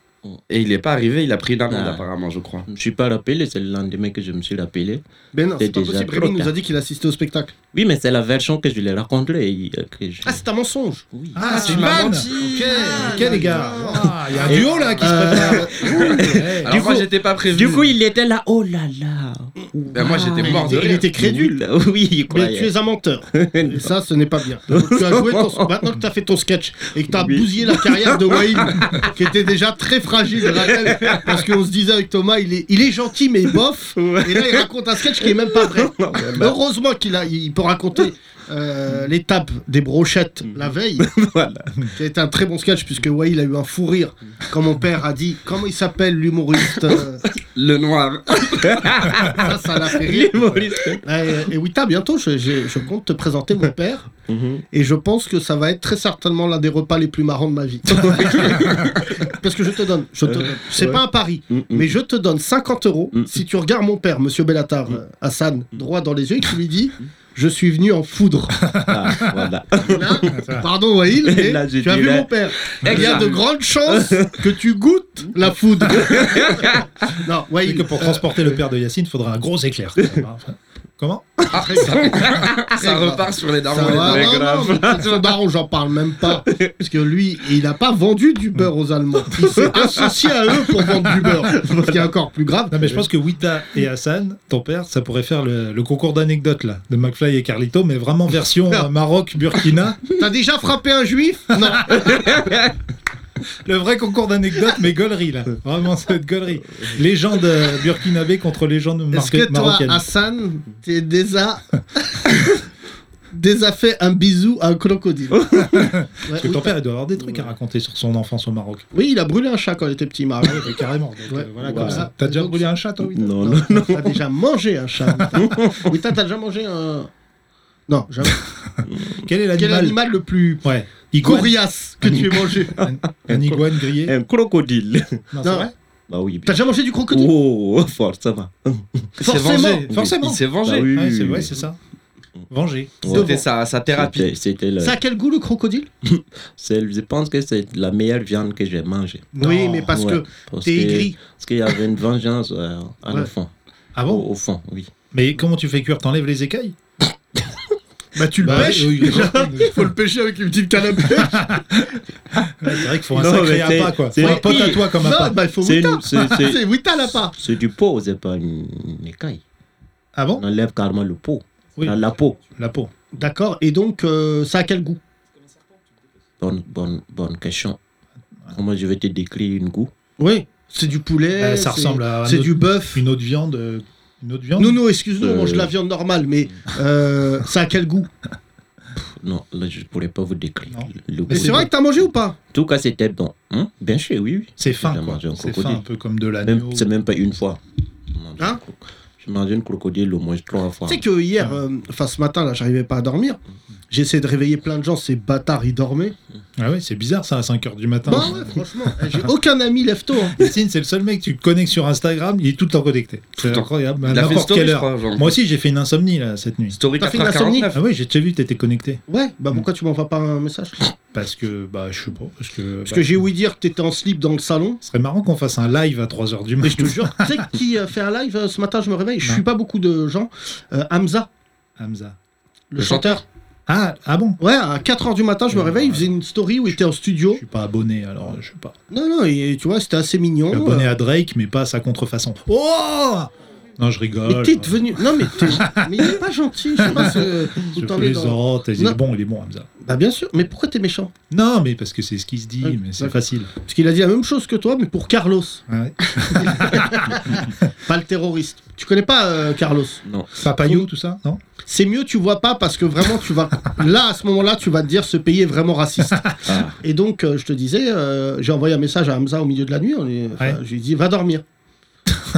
S6: Et il n'est pas arrivé, il a pris une amende
S5: Ah.
S6: apparemment, je crois.
S5: Je me suis pas rappelé, c'est le lendemain que je me suis rappelé.
S3: Ben non,
S5: C'est
S3: c'est pas
S5: déjà
S3: possible.
S5: trop
S3: Rémi nous
S5: tard.
S3: a dit qu'il assistait au spectacle.
S5: Oui, mais c'est la version que je l'ai racontée. et que je-
S3: Ah, c'est un mensonge.
S5: Oui.
S4: Ah,
S3: tu
S4: une
S3: m'as
S4: vanne.
S3: menti. Ok,
S4: Ok les gars. Ah, Il y a un duo là qui
S3: Euh,
S4: se prépare.
S6: Alors,
S5: Du
S6: moi,
S5: coup-
S6: j'étais pas prévenu.
S5: Du coup, il était là. Oh là là.
S6: Ben, moi, j'étais mort de
S3: Ah, Il
S6: rire.
S3: était Bah, crédule.
S5: Oui, [laughs] il
S3: Mais tu
S5: croyait.
S3: es un
S5: [laughs]
S3: menteur. Et ça, ce n'est pas bien. Donc, tu as joué ton- Maintenant que tu as fait ton sketch et que tu as
S5: Oui.
S3: bousillé la carrière de Waïd,
S5: [laughs]
S3: qui était déjà très fragile, je rappelle, parce qu'on se disait avec Thomas, il est, il est gentil mais bof. Et là, il raconte un sketch qui est même pas
S5: [laughs]
S3: vrai.
S5: bah.
S3: Heureusement qu'il a, il peut raconter euh, l'étape des brochettes la veille.
S5: Mm. [laughs] Voilà.
S3: Qui a été un très bon sketch puisque Waïd a eu un fou rire quand mon père a dit comment il s'appelle l'humoriste.
S5: [laughs]
S3: euh,
S6: Le noir.
S3: ça, ça l'a fait
S5: [laughs]
S3: rire. [laughs]
S5: L'humoriste.
S3: Euh, Et oui, t'as bientôt, je, je- je compte te présenter mon père.
S5: Mhm.
S3: Et je pense que ça va être très certainement l'un des repas les plus marrants de ma
S5: [laughs]
S3: vie. Parce que je te donne, je te donne. C'est pas un pari,
S5: Euh, Mm, mm.
S3: mais je te donne 50 euros
S5: Mm.
S3: si tu regardes mon père, monsieur Bellatar, euh, Hassan, droit dans les yeux, et que tu lui dis Je suis venu en
S5: [laughs]
S3: foudre.
S5: Ah, voilà.
S3: [laughs] Là, pardon, Waïl,
S5: [laughs]
S3: mais
S5: Là, je
S3: tu as vu
S5: dirais-
S3: mon père. Il y a
S6: Exact.
S3: de grandes chances que tu goûtes la
S5: [laughs]
S3: foudre. non,
S4: Et
S3: Waïl.
S4: que pour transporter le père de Yacine, il faudra un gros éclair. hein. Comment
S6: Ah, [laughs] ça, ça repart sur les darons.
S3: Ah, Ça va,
S5: mais
S6: les darons.
S3: non, non,
S5: grave.
S3: mais peut-être son daron, j'en parle même
S4: [laughs]
S3: pas. Parce que lui, il n'a pas vendu du beurre aux Allemands. Il s'est
S4: [laughs]
S3: associé à eux pour vendre du beurre. Ce qui est encore plus grave.
S4: Non, mais je pense que Wita et Hassan, ton père, ça pourrait faire le, le concours d'anecdotes là, de McFly et Carlito, mais
S3: [laughs]
S4: vraiment version euh, Maroc, Burkina.
S3: T'as déjà frappé un juif Non.
S4: Le vrai concours d'anecdotes, mais gaulerie là. Vraiment, ça va être gaulerie. Légende euh, burkinabé contre légende
S3: Est-ce
S4: marque-
S3: que toi,
S4: marocaine.
S3: Hassan, t'es déjà. [laughs] déjà fait un bisou à un
S4: [laughs]
S3: crocodile Ouais,
S4: Parce que
S3: oui,
S4: ton père, il doit avoir des trucs à raconter sur son enfance au Maroc.
S3: Oui, il a brûlé un chat quand il était petit,
S4: [laughs]
S3: Maroc.
S4: Mais carrément. donc,
S3: Ouais.
S4: euh,
S3: Voilà.
S4: voilà, comme ça. T'as déjà
S3: Donc,
S4: brûlé un chat, toi, Wita
S5: Non, non.
S3: Non, non, T'as déjà mangé un
S4: [laughs]
S3: chat. Oui, t'as t'as déjà mangé un. Non, jamais.
S4: Quel est
S3: Quel
S4: l'animal
S3: animal le plus
S4: Ouais. Iguane.
S3: coriace que tu aies
S4: [laughs]
S3: mangé
S4: Un, un iguane grillé.
S5: Un crocodile. [laughs]
S4: Non, c'est
S3: Non.
S4: vrai
S5: Bah oui.
S3: T'as déjà mangé du crocodile
S5: Oh, forcément.
S6: Il s'est
S3: Forcément,
S6: vengé.
S4: forcément.
S6: Il s'est vengé.
S5: Bah oui,
S4: Ouais, c'est
S5: oui,
S4: vrai,
S5: oui.
S4: c'est ça. Vengé.
S5: Ouais.
S6: C'était sa, sa
S5: C'était-
S6: thérapie.
S5: C'était le.
S3: Ça a quel goût le crocodile
S5: c'est- Je pense que c'est la meilleure viande que j'ai mangée.
S3: Oui,
S4: Non.
S3: mais parce
S5: Ouais,
S3: que
S5: parce
S3: t'es
S5: que-
S3: aigri.
S5: Parce qu'il y avait une vengeance euh, à
S3: Ouais.
S5: la fin.
S4: Ah
S5: Au,
S4: bon
S5: au fond, oui.
S4: Mais comment tu fais cuire T'enlèves les écailles
S3: Bah tu le
S4: [coughs] Bah,
S3: pêches.
S4: oui, oui, oui. [laughs]
S3: Faut le pêcher avec une petite canne à pêche.
S4: Ouais, C'est vrai qu'il faut un
S5: Non,
S4: sacré
S5: mais c'est-
S4: appât, quoi.
S5: c'est-
S4: Faut un pote à toi comme
S3: Non,
S4: appât.
S3: bah il faut
S5: C'est
S3: Wita.
S5: une- c'est-
S4: Ah,
S5: c'est-
S3: C'est Wita l'appât.
S5: C'est du pot, c'est pas une, une écaille.
S4: Ah bon
S5: On enlève carrément le pot.
S4: Oui,
S5: La, la peau.
S4: la peau.
S3: D'accord, et donc euh, ça a quel goût
S5: Bonne, bonne, bonne question. Comment je vais te décrire une goût
S3: Oui. C'est du poulet.
S4: Euh, ça
S3: Eh, c'est-
S4: ressemble à un
S3: C'est
S4: autre-
S3: du bœuf.
S4: Une autre viande. euh, Une autre viande
S3: Non, non, excuse-nous, on
S5: Euh.
S3: mange de la viande normale, mais
S4: [laughs]
S3: euh, ça a quel goût
S5: Pff, Non, là, je pourrais pas vous décrire.
S4: Non.
S5: Le goût.
S3: Mais c'est vrai que t'as mangé ou pas
S5: En tout cas, c'était bon. Hein? Bien sûr, oui, oui.
S4: C'est fin,
S5: J'ai
S4: quoi.
S5: mangé un
S4: C'est fin,
S5: crocodile.
S4: un peu comme de l'agneau.
S5: Même- C'est même pas une fois. J'ai mangé
S3: oh. Hein
S5: un croc- J'ai mangé une crocodile au moins trois fois.
S3: Tu sais que hier, euh, enfin ce matin, là, j'arrivais pas à dormir. J'essaie de réveiller plein de gens, ces bâtards, ils dormaient.
S4: Ah ouais, c'est bizarre ça à 5h du matin.
S3: Bah ouais, franchement, j'ai aucun ami lève-tôt. hein.
S4: [laughs] Yacine, c'est le seul mec, tu te connectes sur Instagram, il est tout le temps connecté.
S6: le
S4: C'est
S6: temps.
S4: incroyable. À
S6: Il a fait
S4: n'importe
S6: story,
S4: quelle
S6: je
S4: heure.
S6: crois, genre.
S4: Moi aussi, j'ai fait une insomnie là, cette nuit.
S6: Story
S3: T'as fait une insomnie
S6: 4h49.
S4: Ah oui, j'ai déjà vu, t'étais connecté.
S3: Ouais, bah pourquoi tu m'envoies pas un message
S4: Parce que, bah, je sais pas. Parce que,
S3: Parce
S4: bah,
S3: que j'ai ouï dire que t'étais en slip dans le salon.
S4: ce serait marrant qu'on fasse un live à 3h du
S3: Mais je te
S4: matin.
S3: jure, tu sais qui euh, fait un live euh, ce matin, je me réveille, je
S4: Non.
S3: suis pas beaucoup de gens. Euh, Hamza,
S4: Hamza.
S3: le,
S6: Le
S3: chanteur.
S4: Ah, ah bon
S3: Ouais, à 4h du matin, je me réveille, il faisait une story où il était en
S4: Je
S3: studio.
S4: suis pas abonné, alors je sais pas.
S3: Non, non, et tu vois, c'était assez mignon.
S4: Je suis abonné à Drake, mais pas à sa contrefaçon. Oh Non, je rigole.
S3: Mais t'es devenu. Non, mais t'es. [laughs] mais il est pas gentil, je sais pas ce...
S4: Je
S3: où t'en es dans-
S4: plaisante. Il
S3: Non.
S4: est bon, il est bon, Hamza.
S3: Bah, bien sûr, mais pourquoi t'es méchant
S4: Non, mais parce que c'est ce qui se dit,
S3: Ouais,
S4: mais c'est
S3: d'accord.
S4: facile.
S3: Parce qu'il a dit la même chose que toi, mais pour Carlos,
S4: Ah ouais.
S3: pas le terroriste. Tu connais pas euh, Carlos
S4: Papayou, tout ça Non
S3: C'est mieux, tu vois pas, parce que vraiment, tu vas. Là, à ce moment-là, tu vas te dire ce pays est vraiment raciste.
S5: Ah.
S3: Et donc, euh, je te disais, euh, j'ai envoyé un message à Hamza au milieu de la nuit. On est- enfin,
S4: Ouais.
S3: Je lui ai dit, va dormir.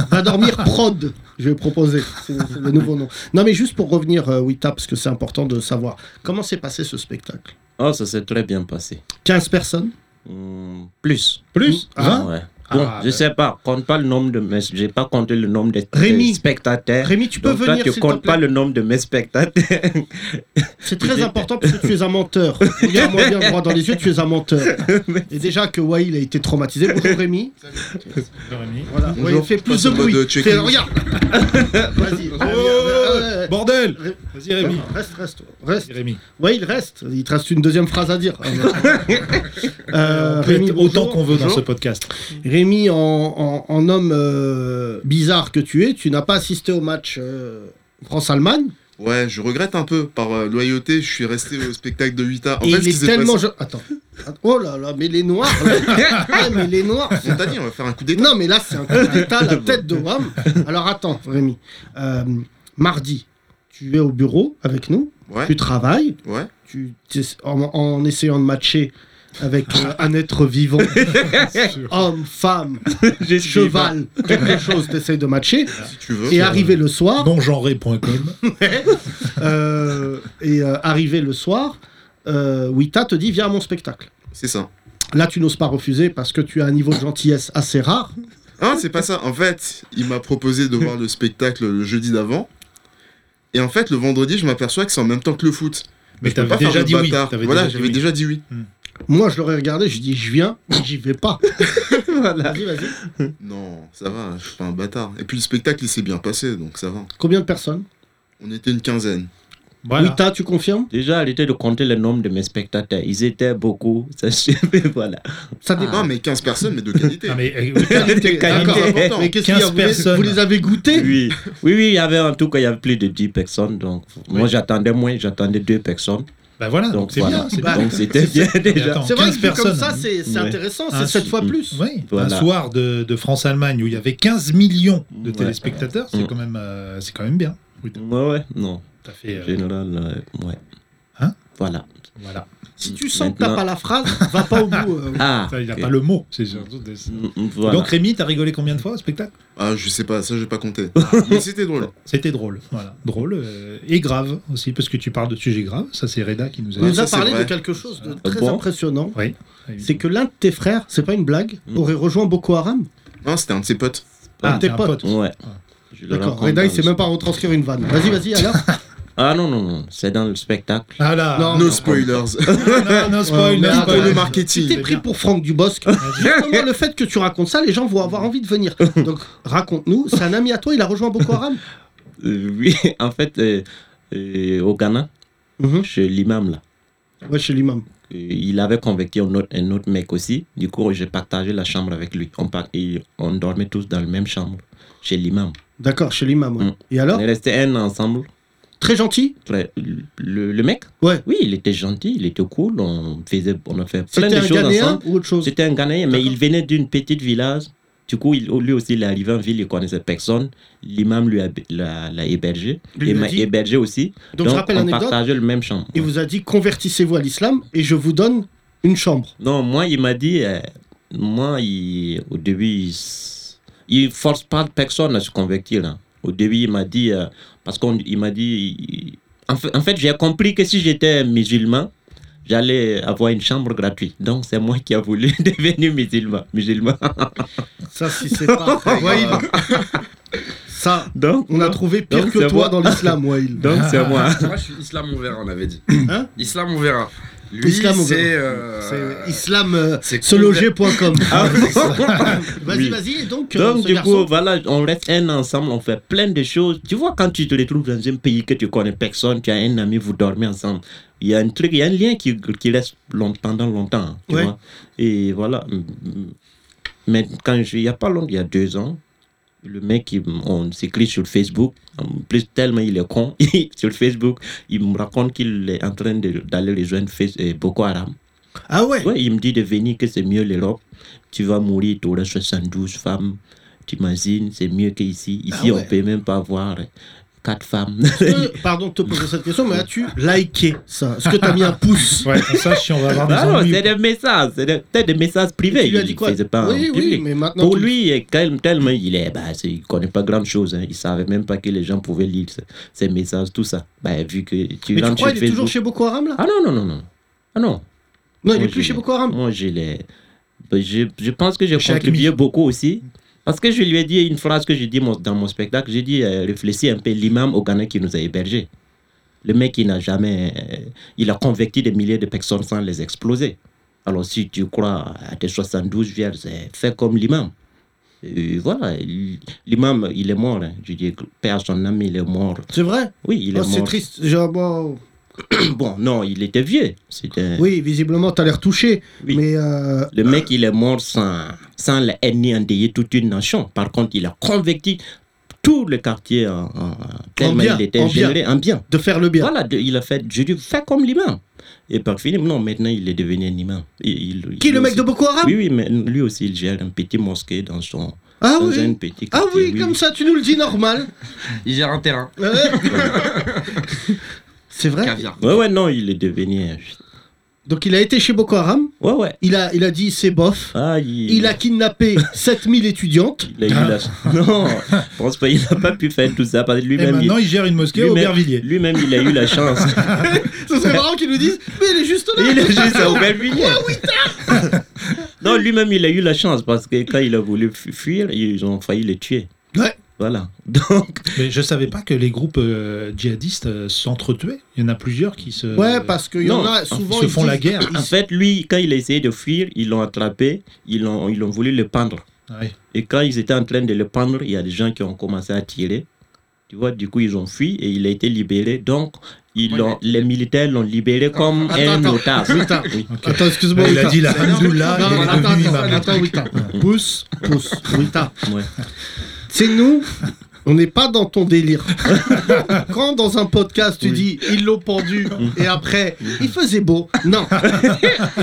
S3: va dormir prod, je vais proposer. C'est c'est le nouveau nom. Non, mais juste pour revenir, euh, Wita, parce que c'est important de savoir, comment s'est passé ce spectacle
S5: Oh, ça s'est très bien passé.
S3: 15 personnes
S5: Hmm, plus.
S4: Plus
S3: Ah,
S4: Vingt
S5: Ouais.
S4: Ah,
S5: Bon,
S4: bah.
S5: je sais pas, compte pas le nombre de mes, j'ai pas compté le nombre de, de
S3: Rémi.
S5: spectateurs.
S3: Rémi, tu peux
S5: Donc toi,
S3: venir
S5: tu
S3: s'il te
S5: comptes
S3: plaît.
S5: pas le nombre de mes spectateurs.
S3: C'est très important parce que tu es un menteur. Regarde-moi bien droit dans les yeux, tu es un menteur.
S5: [laughs]
S3: Et déjà que Wail a été traumatisé. Bonjour Rémi. Voilà.
S7: Bonjour.
S3: Wail, fais plus
S7: Passe
S3: de
S7: en mode
S3: bruit.
S7: check-in. Oh.
S3: Fais-
S7: [laughs]
S3: regarde. Vas-y. Euh, euh,
S4: Bordel
S3: Ré- Ah.
S4: Vas-y, Rémi.
S3: Reste, reste, reste.
S4: Vas-y, Rémi.
S3: Ouais, il reste. Il te reste une deuxième phrase à dire.
S7: Ah,
S3: [laughs] Euh,
S4: On peut
S3: Ah,
S4: être autant
S3: bonjour.
S4: qu'on veut dans
S3: Bonjour.
S4: ce podcast.
S3: Rémi, en, en- en homme euh, bizarre que tu es, tu n'as pas assisté au match euh, France-Allemagne.
S7: Ouais, je regrette un peu. Par euh, loyauté, je suis resté au spectacle de 8 En
S3: Et
S7: fait,
S3: il
S7: ce qui
S3: est
S7: s'est passé.
S3: tellement. je- Attends. Oh là là, mais les noirs.
S7: [laughs]
S3: là. Ah, mais les noirs.
S7: On t'a dit, on va faire un coup d'état.
S3: Non, mais là, c'est un coup d'état, la tête de Wam. Alors attends, Rémi. Euh, mardi, tu es au bureau avec nous,
S7: Ouais,
S3: tu travailles,
S7: ouais.
S3: tu, t'es- en, en essayant de matcher avec euh, un être
S7: [laughs]
S3: vivant, homme, femme,
S5: [laughs] J'ai
S3: cheval, quelque chose, tu essayes de matcher.
S7: Si tu veux.
S3: Et arrivé le soir,
S4: Nongenré.com.
S3: euh, et euh, arrivé le soir, euh, Wita te dit viens à mon spectacle.
S7: C'est ça.
S3: Là, tu n'oses pas refuser parce que tu as un niveau de gentillesse assez rare.
S7: Ah, c'est pas ça. En fait, il m'a proposé de voir le spectacle le jeudi d'avant. Et en fait, le vendredi, je m'aperçois que c'est en même temps que le foot.
S4: Mais
S7: Je peux
S4: t'avais
S7: pas
S4: déjà
S7: faire de
S4: dit oui.
S7: bâtard.
S4: t'avais
S7: Voilà,
S4: déjà dit
S7: j'avais
S4: oui.
S7: déjà dit oui.
S3: Moi, je l'aurais regardé, je dis je viens, j'y vais pas.
S5: [laughs] Voilà.
S3: Vas-y, vas-y.
S7: Non, ça va, je suis pas un bâtard. Et puis le spectacle, il s'est bien passé, donc ça va.
S3: Combien de personnes
S7: On était une quinzaine.
S4: Voilà.
S3: Wita, tu confirmes
S5: Déjà, arrêtez de compter le nombre de mes spectateurs. Ils étaient beaucoup. [laughs] Ça suffit, voilà.
S3: Ça
S5: Ah.
S3: dépend.
S7: Non, mais 15 personnes, mais de
S4: [laughs]
S7: qualité.
S4: Non, mais, euh,
S5: [laughs] De
S3: D'accord.
S5: qualité.
S7: important.
S3: Mais qu'est-ce qu'il y a
S4: 15
S3: vous les-
S4: personnes.
S3: Vous les avez goûtés
S5: Oui. oui, oui, il y avait en tout cas, il y avait plus de 10 personnes. Donc, moi, j'attendais moins, j'attendais deux personnes.
S4: bah voilà,
S5: Donc,
S4: donc c'est
S5: voilà.
S4: bien. c'est bien. [laughs]
S5: donc, c'était bien déjà.
S4: Attends,
S3: C'est vrai
S4: 15
S3: que vu comme
S4: personnes.
S3: ça, c'est c'est
S5: Ouais.
S3: intéressant,
S4: Ah,
S3: c'est 7 fois
S5: mm.
S3: plus.
S4: Oui,
S5: Voilà.
S4: un soir de, de France-Allemagne où il y avait 15 millions de
S5: Ouais.
S4: téléspectateurs, c'est
S5: Mm.
S4: quand même, euh, c'est quand même bien. Oui, t'as-
S5: Ouais, ouais, non.
S4: t'as fait, euh,
S5: En général, euh, ouais.
S4: Hein
S5: Voilà.
S4: voilà.
S3: Si tu sens que t'as
S5: Maintenant-
S3: pas la phrase, va pas au bout.
S5: [laughs]
S3: euh.
S5: Ah,
S4: Ça, il n'a
S5: ok.
S4: pas le mot. c'est surtout des-
S5: Mm, mm, voilà.
S4: Donc Rémi, t'as rigolé combien de fois au spectacle
S7: Ah, je sais pas, ça, j'ai pas compté.
S4: Ah.
S7: Mais c'était drôle.
S4: C'était drôle, voilà, drôle euh, et grave aussi parce que tu parles de sujets graves. Ça c'est Reda qui nous a.
S3: On
S7: Ouais,
S3: nous a
S7: ça, c'est
S3: parlé de
S7: vrai.
S3: quelque chose de très
S5: Ah bon
S3: impressionnant.
S4: Oui.
S3: C'est que l'un de tes frères, c'est pas une blague,
S5: Mm.
S3: aurait rejoint Boko Haram.
S7: Non, c'était un de ses potes.
S4: Ah,
S3: tes
S4: t'es un
S3: potes.
S4: pote.
S5: Ouais.
S4: Ah.
S5: Je le
S3: D'accord.
S5: raconte
S3: Reda, il
S5: dans
S3: sait
S5: le-
S3: même pas retranscrire une vanne. Vas-y, vas-y,
S5: [laughs]
S3: alors.
S5: Ah non, non, non, c'est dans le spectacle.
S4: Ah là,
S3: Non.
S7: No spoilers.
S4: non, non, non, spoil,
S3: Ouais,
S4: non,
S3: mais
S4: spoil.
S3: attends,
S7: le
S3: Si
S7: marketing.
S3: t'es pris pour Franck
S5: [laughs]
S3: Dubosc, justement, le fait que tu racontes ça, les gens vont avoir envie de venir. Donc, raconte-nous. C'est un ami à toi, il a rejoint Boko
S5: [laughs]
S3: Haram.
S5: Euh, oui, [laughs] en fait, euh, euh, au Ghana,
S3: Mhm.
S5: chez l'imam, là,
S3: Ouais, chez l'imam.
S5: euh, il avait convaincu un autre, un autre mec aussi. Du coup, j'ai partagé la chambre avec lui. On, par- et on dormait tous dans la même chambre, chez l'imam.
S3: D'accord, chez l'imam. ouais.
S5: Mm.
S3: Et
S5: On
S3: alors
S5: est resté un ensemble.
S3: Très gentil
S5: Très- le, le mec
S3: Ouais.
S5: Oui, il était gentil, il était cool. On, faisait, on a fait plein
S3: C'était
S5: de
S3: un
S5: choses
S3: Ghanéen
S5: ensemble.
S3: ou autre chose
S5: C'était un Ghanéen, mais
S3: D'accord.
S5: il venait d'une petite village. Du coup, il- lui aussi, il est arrivé en ville, il connaissait personne. L'imam lui a- l'a l'a hébergé.
S3: Lui
S5: et
S3: l'a
S5: m'a
S3: dit.
S5: hébergé aussi.
S3: Donc, je rappelle
S5: on
S3: l'anecdote.
S5: partageait le même chambre.
S3: Il vous a dit convertissez-vous à l'islam et je vous donne une chambre.
S5: Non, moi, il m'a dit, euh, moi, il- au début, il s- il ne force pas personne à se convertir. hein. Au début, il m'a dit, euh, parce qu'il m'a dit, il- en fait, en fait, j'ai compris que si j'étais musulman, j'allais avoir une chambre gratuite. Donc, c'est moi qui a voulu [laughs] devenir musulman. musulman.
S3: Ça, si c'est pas. Waïd. Ça,
S5: Donc,
S3: on a trouvé pire
S5: Donc,
S3: que
S5: c'est
S3: toi
S5: moi.
S3: dans l'islam, Waïd.
S5: [laughs] donc c'est
S3: Ah.
S5: moi.
S6: Moi, je suis Islam, on verra, on avait dit.
S3: Hein
S6: Islam, on verra. Lui,
S3: Islam, on
S6: c'est.
S3: verra.
S6: euh,
S3: C'est islam euh,
S6: c'est
S3: se loger.com.
S5: Ah,
S3: [laughs] Vas-y,
S5: Oui.
S3: vas-y. Et donc, euh,
S5: Donc,
S3: ce
S5: du
S3: garçon-
S5: coup, voilà, on reste un ensemble, on fait plein de choses. Tu vois, quand tu te retrouves dans un pays que tu connais personne, tu as un ami, vous dormez ensemble. Il y a un truc, il y a un lien qui, qui reste long- pendant longtemps. Tu
S3: Ouais.
S5: vois. Et voilà. Mais quand je, il n'y a pas longtemps, il y a deux ans, le mec, il m- on s'écrit sur Facebook. En plus, tellement il est con, [laughs] sur Facebook, il me raconte qu'il est en train de- d'aller rejoindre Face- euh, Boko Haram.
S3: Ah ouais.
S5: Ouais, il me dit de venir, que c'est mieux l'Europe. Tu vas mourir, tu auras 72 femmes. Tu imagines, c'est mieux qu'ici. Ici,
S3: Ah ouais.
S5: on peut même pas avoir
S3: [laughs]
S5: 4 femmes.
S3: Euh, pardon de te poser cette question, mais as-tu liké ça Est-ce que t'as mis un pouce
S4: Ouais, on sache si on va avoir des
S5: Ah non,
S4: ennuis.
S5: c'est des messages, c'est des, c'est des messages privés.
S3: Tu lui as
S5: Il
S3: dit quoi
S5: faisait pas en
S3: Oui, oui,
S5: public.
S3: mais maintenant.
S5: Pour
S3: tu-
S5: lui, eh, calme, tellement il est, bah, c'est- il connaît pas grand chose. hein. Il savait même pas que les gens pouvaient lire ce- ces messages, tout ça. Bah, vu que tu
S3: Mais tu
S5: rentres
S3: crois
S5: sur
S3: qu'il est toujours
S5: Facebook-
S3: chez Boko Haram là
S5: Ah non, non, non, non. Ah non.
S3: Non, il
S5: Moi,
S3: est plus
S5: je-
S3: chez Boko Haram.
S5: Moi, je l'ai. ben, Je, je pense que j'ai
S4: Chez Acme.
S5: contribué beaucoup aussi. Parce que je lui ai dit une phrase que j'ai dit mon- dans mon spectacle. J'ai dit, euh, réfléchis un peu l'imam au Ghana qui nous a hébergés. Le mec, il n'a jamais. euh, il a converti des milliers de personnes sans les exploser. Alors, si tu crois à tes 72 vierges, euh, fais comme l'imam. Et voilà, il- l'imam, il est mort. hein. Je dis, paix à son âme, il est mort.
S3: C'est vrai
S5: Oui, il est
S3: Oh, C'est
S5: mort.
S3: triste. Genre, bon,
S5: Bon, non, il était vieux. C'était.
S3: Oui, visiblement, t'as l'air touché.
S5: Oui.
S3: Mais euh,
S5: Le mec, il est mort sans, sans la haine ni endeuiller toute une nation. Par contre, il a converti tout le quartier en, en- tellement
S3: bien,
S5: il était
S3: en bien.
S5: généré en bien.
S3: de faire le bien.
S5: Voilà, de- il a fait, je dis, fais comme l'imam. Et par film, non, maintenant il est devenu un imam. Et il-
S3: Qui,
S5: lui
S3: le mec
S5: aussi-
S3: de Boko Haram
S5: Oui, oui, mais lui aussi, il gère un petit mosquée dans son.
S3: Ah
S5: dans
S3: oui
S5: un petit
S3: Ah
S5: quartier.
S3: oui, comme ça, tu nous le dis normal.
S6: Il gère un terrain.
S3: Ouais. C'est vrai.
S6: Caviar.
S5: Ouais, ouais, non, il est devenu.
S3: Donc, il a été chez Boko Haram.
S5: Ouais, ouais.
S3: Il a, il a dit c'est bof.
S5: Ah, il,
S3: Il a
S5: [laughs]
S3: kidnappé 7000 étudiantes.
S5: il a eu
S3: [laughs]
S5: la- Non, je pense pas, il n'a pas pu faire tout ça parce que
S3: Eh ben
S4: Et
S5: lui-même. il-
S4: maintenant, il gère une mosquée au
S5: Lui-même,
S4: Bervilliers.
S5: lui-même, il a eu la chance.
S3: Ça serait marrant qu'ils nous disent mais il est juste là.
S5: Il est juste à Aubervilliers. Non, lui-même, il a eu la chance parce que quand il a voulu fu- fuir, ils ont failli le tuer.
S3: Ouais.
S5: Voilà. [laughs] Donc,
S4: Mais je savais pas que les groupes euh, djihadistes euh, s'entretuaient. Il y en a plusieurs qui se,
S3: Ouais, parce qu'il y en
S5: non,
S3: a
S4: qui
S3: souvent.
S4: se
S3: ils
S4: font la
S3: disent- Ah,
S4: guerre.
S5: en fait, lui, quand il a essayé de fuir, ils l'ont attrapé, ils l'ont, ils ont voulu le pendre.
S4: Ouais.
S5: Et quand ils étaient en train de le pendre, il y a des gens qui ont commencé à tirer. Tu vois, du coup, ils ont fui et il a été libéré. Donc, ils
S6: Ouais,
S5: l'ont- les militaires l'ont libéré comme un
S3: Ah, attends.
S5: otage.
S3: Wita.
S5: Oui.
S4: Ok.
S3: Attends, excuse-moi.
S4: il a
S3: Wita.
S4: dit la Hamdoullah,
S3: Non,
S4: il est
S3: attends,
S4: devenu
S3: attends,
S4: imam.
S3: attends, Wita. Pousse, pousse, Wita.
S5: Ouais.
S3: C'est nous. On n'est pas dans ton délire. Quand dans un podcast tu
S5: Oui.
S3: dis ils l'ont pendu et après il faisait beau, non.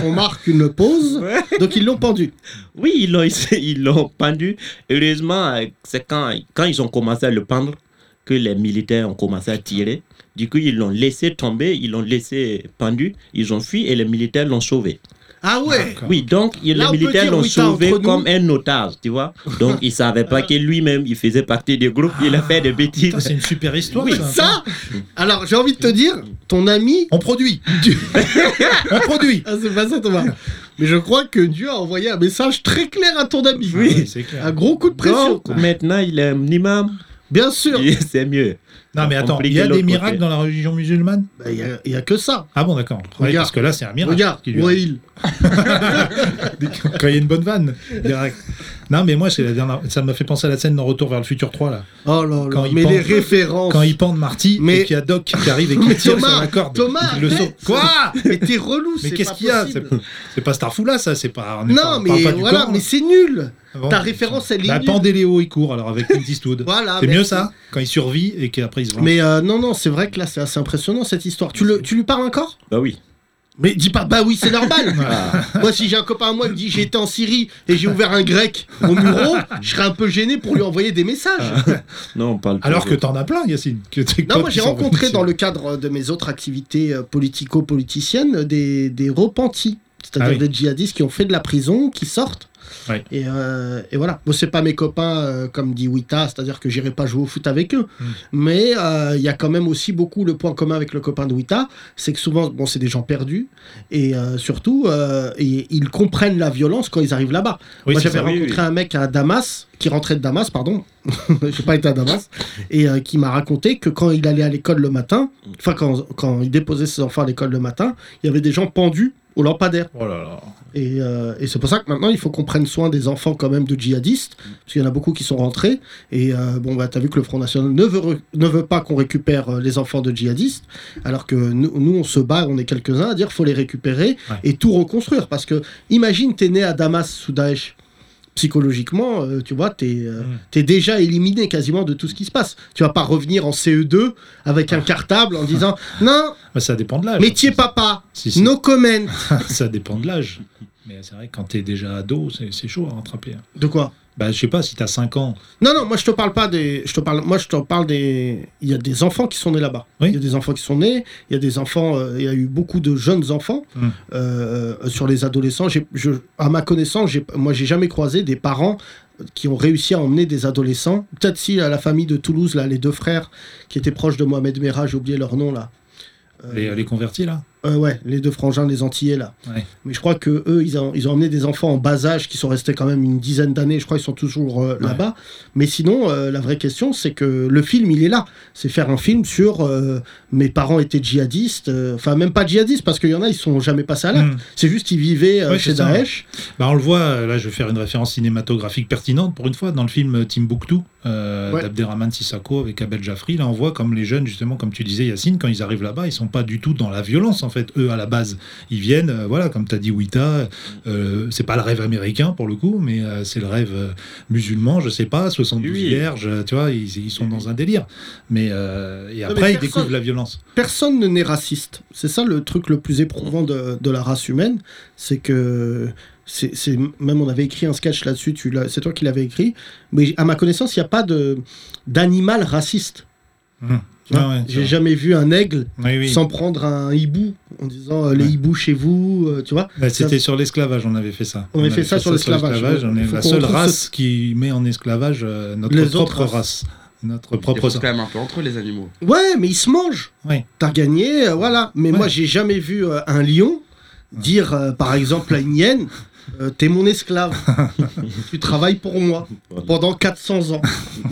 S3: On marque une pause, donc ils l'ont pendu.
S5: Oui, ils l'ont, ils l'ont pendu. Heureusement, euh, c'est quand, quand ils ont commencé à le pendre que les militaires ont commencé à tirer. Du coup, ils l'ont laissé tomber, ils l'ont laissé pendu, ils ont fui et les militaires l'ont sauvé.
S3: Ah ouais.
S5: Oui, donc il-
S3: Là, on
S5: les
S3: peut
S5: militaires
S3: dire
S5: l'ont
S3: oui, ça,
S5: sauvé
S3: entre nous.
S5: comme un otage, tu vois. Donc, il ne savait pas que lui-même, il faisait partie du groupe, il a fait des
S4: Putain,
S5: bêtises.
S4: c'est une super histoire.
S3: Oui,
S4: ça.
S3: ça. Alors j'ai envie de te dire, ton ami.
S4: On produit. on
S3: [laughs]
S4: produit.
S3: Ah, c'est pas ça, Thomas. Mais je crois que Dieu a envoyé un message très clair à ton ami.
S4: Ah ouais, c'est clair.
S3: Un gros coup de pression.
S5: Donc, maintenant, il est un imam,
S3: Bien sûr.
S5: c'est mieux.
S4: Non, mais attends, il y a
S5: Compliqué
S4: des
S5: l'autre
S4: miracles
S5: côté.
S4: dans la religion musulmane
S3: Bah, Il n'y a, que ça.
S4: Ah bon, d'accord. Ouais,
S3: Regarde.
S4: parce que là, c'est un miracle.
S3: Regarde,
S4: qui lui arrive.
S3: Wael.
S4: Quand il y a une bonne vanne. direct. Non, mais moi, c'est la dernière. Ça m'a fait penser à la scène dans Retour vers le futur 3, là.
S3: Oh là
S4: Quand
S3: là,
S4: il
S3: mais
S4: pend-
S3: les références.
S4: Quand ils pendent Marty
S3: Mais-
S4: et qu'il y a Doc qui arrive
S3: [laughs]
S4: et
S3: Mais
S4: qui tire sur
S3: Thomas,
S4: la corde.
S3: Thomas,
S4: Il le sauve.
S3: mais-
S4: [laughs] Quoi
S3: Mais t'es relou,
S4: Mais
S3: c'est
S4: qu'est-ce
S3: pas
S4: qu'il y a C'est
S3: possible.
S4: c'est pas Starfoula, ça. C'est pas. on est pas-
S3: Non,
S4: on parle
S3: mais
S4: pas du
S3: voilà,
S4: corps, hein.
S3: mais
S4: là.
S3: c'est nul.
S4: Ah
S3: ta
S4: bon, putain.
S3: référence, elle est
S4: Bah,
S3: nulle.
S4: Pandéléo, il court alors avec Clint Eastwood.
S3: [laughs] Voilà.
S4: c'est
S3: merci.
S4: mieux ça Quand il survit et qu'après il se vend.
S3: Mais euh, non, non, c'est vrai que là, c'est assez impressionnant cette histoire. Tu, le, tu lui parles encore
S5: Bah oui.
S3: Mais dis
S4: Ah.
S3: pas, bah oui, c'est
S4: [laughs]
S3: normal. [laughs] moi, si j'ai un copain à moi qui me dit j'étais en Syrie et j'ai ouvert un grec au Muro, je serais un peu gêné pour lui envoyer des messages.
S5: Non, on parle
S4: Alors que
S5: toujours.
S4: t'en as plein, Yacine. Que tes
S3: Non,
S4: potes
S3: moi
S4: qui
S3: j'ai
S4: sont
S3: rencontré
S4: venus.
S3: dans le cadre euh, de mes autres activités euh, politico-politiciennes euh, des, des repentis, c'est-à-dire
S4: Ah oui.
S3: des djihadistes qui ont fait de la prison, qui sortent
S4: Ouais.
S3: Et, euh, et voilà. Bon, c'est pas mes copains, euh, comme dit Wita, c'est-à-dire que j'irai pas jouer au foot avec eux.
S4: Mm.
S3: Mais euh, il y a quand même aussi beaucoup le point commun avec le copain de Wita, c'est que souvent, bon, c'est des gens perdus. Et euh, surtout, euh, et ils comprennent la violence quand ils arrivent là-bas.
S4: Oui,
S3: Moi,
S4: c'est
S3: j'avais
S4: ça.
S3: rencontré un mec à Damas, qui rentrait de Damas, pardon. [laughs] J'ai pas été à Damas. Et euh, qui m'a raconté que quand il allait à l'école le matin, enfin, quand, quand il déposait ses enfants à l'école le matin, il y avait des gens pendus aux lampadaires.
S4: Oh là là.
S3: Et, euh, et c'est pour ça que maintenant, il faut qu'on prenne soin des enfants quand même de djihadistes, parce qu'il y en a beaucoup qui sont rentrés. Et euh, bon, bah, t'as vu que le Front National ne veut, re- ne veut pas qu'on récupère euh, les enfants de djihadistes, alors que nous, nous, on se bat, on est quelques-uns à dire faut les récupérer
S4: Ouais.
S3: et tout reconstruire. Parce que imagine, t'es né à Damas sous Daesh. Psychologiquement, euh, tu vois, t'es euh,
S4: Mm.
S3: t'es déjà éliminé quasiment de tout ce qui se passe. Tu vas pas revenir en CE2 avec
S4: Ah.
S3: un cartable en disant
S4: [laughs]
S3: Non,
S4: Bah, ça dépend de l'âge.
S3: métier papa,
S4: Si, si.
S3: no comment.
S4: [laughs] ça dépend de l'âge. Mais c'est vrai que quand t'es déjà ado, c'est c'est chaud à rattraper. hein.
S3: De quoi
S4: Bah, je sais pas, si t'as 5 ans,
S3: Non, non, moi je te parle pas des. Je te parle, moi je te parle des. Il y a des enfants qui sont nés là-bas.
S4: Oui.
S3: Il y a des enfants qui sont nés. Il y a des enfants. euh, il y a eu beaucoup de jeunes enfants.
S4: Mm.
S3: Euh, euh, sur les adolescents, j'ai- je, à ma connaissance, j'ai- moi j'ai jamais croisé des parents qui ont réussi à emmener des adolescents. Peut-être si à la famille de Toulouse, là, les deux frères qui étaient proches de Mohamed Merah, j'ai oublié leur nom là. Euh,
S4: les, les convertis là.
S3: euh, ouais, les deux frangins, les Antillais, là.
S4: Ouais.
S3: Mais je crois que eux, ils ont, ils ont emmené des enfants en bas âge qui sont restés quand même une dizaine d'années. Je crois qu'ils sont toujours euh, là-bas. Mais sinon, euh, la vraie question, c'est que le film, il est là. C'est faire un film sur euh, mes parents étaient djihadistes. euh, Enfin, même pas djihadistes, parce qu'il y en a, ils sont jamais passés à l'acte.
S4: Mm.
S3: C'est juste qu'ils vivaient euh,
S4: Ouais,
S3: chez
S4: c'est ça.
S3: Daesh.
S4: Bah, on le voit, euh, là je vais faire une référence cinématographique pertinente pour une fois dans le film Timbuktu euh,
S3: Ouais.
S4: d'Abderrahmane Sissako avec Abel Jaffri. Là on voit comme les jeunes, justement, comme tu disais Yacine, quand ils arrivent là-bas, ils sont pas du tout dans la violence en fait, eux à la base. Ils viennent, euh, voilà, comme tu as dit Wita, euh, c'est pas le rêve américain pour le coup, mais euh, c'est le rêve euh, musulman, je sais pas, 72
S5: Oui.
S4: vierges, euh, tu vois, ils, ils sont dans un délire. Mais euh, et après ils
S3: personne-
S4: découvrent la violence.
S3: Personne ne n'est raciste. C'est ça le truc le plus éprouvant de, de la race humaine. C'est que. c'est c'est- même on avait écrit un sketch là-dessus, tu l'as- c'est toi qui l'avais écrit. Mais à ma connaissance, il n'y a pas de d'animal raciste. Tu vois,
S4: Ah ouais,
S3: J'ai
S4: c'est
S3: jamais vu un aigle
S4: vrai. Oui, oui.
S3: sans prendre un hibou en disant euh, les
S4: Ouais.
S3: hiboux chez vous, euh, tu vois.
S4: Bah, C'était sur l'esclavage, on avait fait ça.
S3: On avait fait ça sur l'esclavage.
S4: On est
S3: Faut
S4: la
S3: qu'on
S4: seule
S3: retrouve
S4: race qui met en esclavage euh, notre
S3: Les autres
S4: propre race. Notre propre
S6: quand même un peu entre les animaux.
S3: Ouais, mais ils se mangent.
S4: Ouais.
S3: T'as gagné, euh, voilà. Mais
S4: Ouais.
S3: moi, j'ai jamais vu euh, un lion dire, euh, par exemple, à une hyène. euh, T'es mon esclave.
S6: [laughs]
S3: tu travailles pour moi pendant 400 ans.
S6: Oh,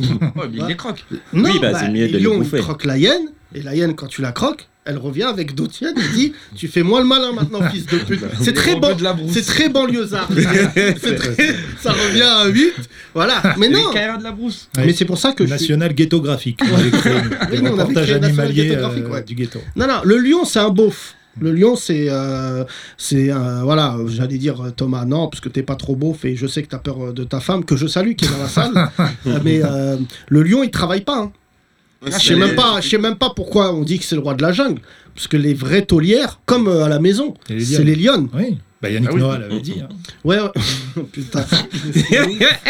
S6: mais il les croque.
S3: Non,
S5: Oui, bah, c'est mieux
S3: les
S5: de les
S3: lions, ils
S5: bouffer.
S3: croquent la hyène, et la hyène, quand tu la croques, elle revient avec d'autres hyènes et dit Tu fais moi le malin maintenant, fils de
S6: Bah,
S3: pute. C'est très, ban-
S6: de la brousse.
S3: c'est très
S6: [laughs]
S3: banlieusard. C'est très- Ça revient à 8. Voilà. Mais non
S6: Les KR de
S3: [laughs]
S6: la brousse.
S4: Ouais.
S3: Mais c'est pour ça que je suis-
S4: national ghetto-graphique. On
S3: [laughs]
S4: avait créé des
S3: Oui, nous, on avait
S4: reportages
S3: créé National
S4: animaliers
S3: Ghetto-graphique,
S4: euh,
S3: ouais.
S4: du ghetto.
S3: Non, non, le lion, c'est un beauf. Le lion, c'est. euh, c'est euh, voilà, euh, j'allais dire euh, Thomas, non, parce que t'es pas trop beauf et je sais que t'as peur euh, de ta femme, que je salue, qui est dans la
S4: [laughs]
S3: salle. Euh, mais euh, le lion, il travaille pas. hein.
S4: Ah,
S7: Ouais,
S3: Je
S7: c'est-
S3: sais même pas, je sais même pas pourquoi on dit que c'est le roi de la jungle, parce que les vraies taulières, comme euh, à la maison,
S4: Et les
S3: c'est
S4: lionnes.
S3: les lionnes.
S4: Oui, bah, Yannick
S6: Ah oui.
S4: Noah
S3: [laughs]
S4: l'avait dit. hein.
S3: Ouais, ouais. [laughs]
S4: [laughs]
S3: putain,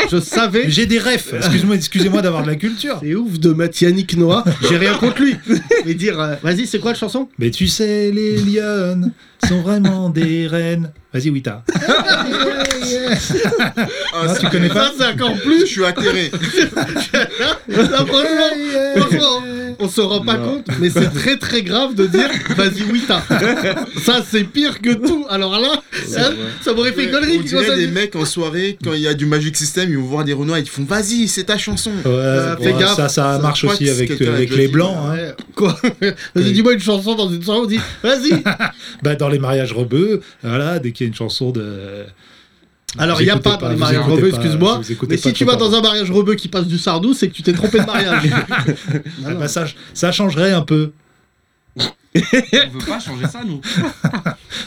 S3: je savais.
S4: J'ai des refs. Euh, Excuse-moi, excusez-moi d'avoir de la culture.
S3: C'est ouf de mettre Yannick Noah, j'ai rien contre
S4: [laughs]
S3: lui. Mais dire, euh, vas-y, c'est quoi la chanson
S4: Mais tu sais, les lionnes
S3: [laughs]
S4: sont vraiment des reines. Vas-y, Wita.
S7: Ah,
S4: Non,
S7: c'est-
S4: tu connais pas
S3: Ça, c'est encore
S7: Je
S3: plus.
S7: suis atterré.
S3: Là, franchement, Franchement, on se rend pas compte, mais c'est très très grave de dire vas-y Wita. Ça c'est pire que tout. Alors là, ça, ça m'aurait fait une
S7: On
S3: connerie. tu vois, ça-
S7: dirait des mecs en soirée, quand il y a du Magic System, ils vont voir des Renois, ils font Vas-y, c'est ta chanson.
S4: Ouais,
S3: Euh,
S4: bon,
S3: fais gaffe,
S4: ça, ça
S7: ça
S4: marche
S7: croit
S4: aussi
S7: que
S4: avec,
S7: quelqu'un
S4: euh,
S7: a
S4: avec
S7: déjà
S4: les
S7: dit,
S4: blancs. hein.
S3: Ouais, Quoi Vas-y,
S4: Oui.
S3: dis-moi une chanson dans une soirée, on dit vas-y. hein.
S4: Bah, dans les mariages rebeux, voilà, dès qu'il y a une chanson de.
S3: Alors
S4: Vous
S3: il y a
S4: écoutez
S3: pas dans les
S4: vous
S3: mariages
S4: écoutez
S3: rebeux,
S4: pas-
S3: excuse-moi.
S4: vous écoutez
S3: Mais
S4: pas
S3: si
S4: de
S3: tu vas
S4: Chopin.
S3: dans un mariage rebeu qui passe du sardou, c'est que tu t'es trompé de
S4: [laughs]
S3: mariage. Non,
S4: Ah
S3: non.
S4: bah, ça, ça changerait un peu.
S6: On veut pas changer ça, nous.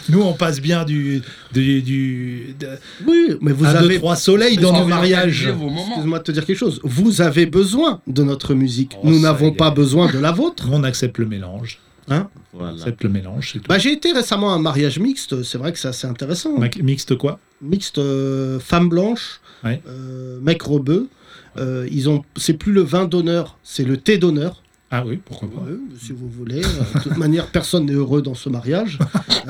S4: Nous, on passe bien du. du, du de-
S3: Oui, mais vous
S4: un, deux,
S3: avez
S4: trois soleils dans nos
S6: Vous
S4: mariages.
S6: organisez vos moments.
S3: Excuse-moi de te dire quelque chose. Vous avez besoin de notre musique.
S4: Oh,
S3: Nous
S4: ça y
S3: n'avons
S4: est.
S3: pas besoin de la vôtre.
S4: On accepte le mélange. On
S5: Voilà.
S4: accepte le mélange, c'est tout.
S3: Bah, j'ai été récemment à un mariage mixte, c'est vrai que c'est assez intéressant.
S4: Ma- Mixte quoi
S3: Mixte euh, femme blanche,
S4: Ouais.
S3: euh, mec rebeu. Euh, ils ont, c'est plus le vin d'honneur, c'est le thé d'honneur.
S4: Ah oui, pourquoi pas.
S3: Ouais, si vous voulez. Euh, De toute manière, personne n'est heureux dans ce mariage.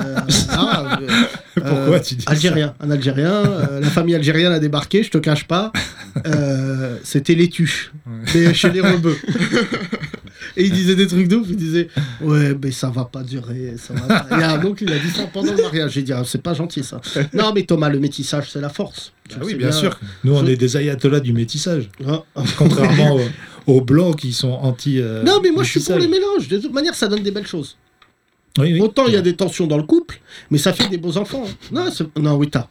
S3: Euh, voilà, euh,
S4: [laughs] Pourquoi tu dis ça
S3: Algérien, un Algérien. euh, la famille algérienne a débarqué, je te cache pas. Euh, C'était l'étu, mais chez les rebeux. Et il disait des trucs de ouf, il disait Ouais, mais ça va pas durer. Ça va pas. Et, ah, donc il a dit ça pendant le mariage. J'ai dit Ah, C'est pas gentil ça. Non, mais Thomas, le métissage, c'est la force. Tu
S4: Bah
S3: le
S4: oui,
S3: sais
S4: bien sûr. Euh, Nous, on est des ayatollahs du métissage.
S3: Ah, ah.
S4: Contrairement aux, aux blancs qui sont anti. euh,
S3: Non, mais moi je suis pour
S4: métissage.
S3: les mélanges. De toute manière, ça donne des belles choses.
S4: Oui, oui.
S3: Autant il y a des tensions dans le couple, mais ça fait des beaux enfants. hein. Non, c'est- non oui, t'as.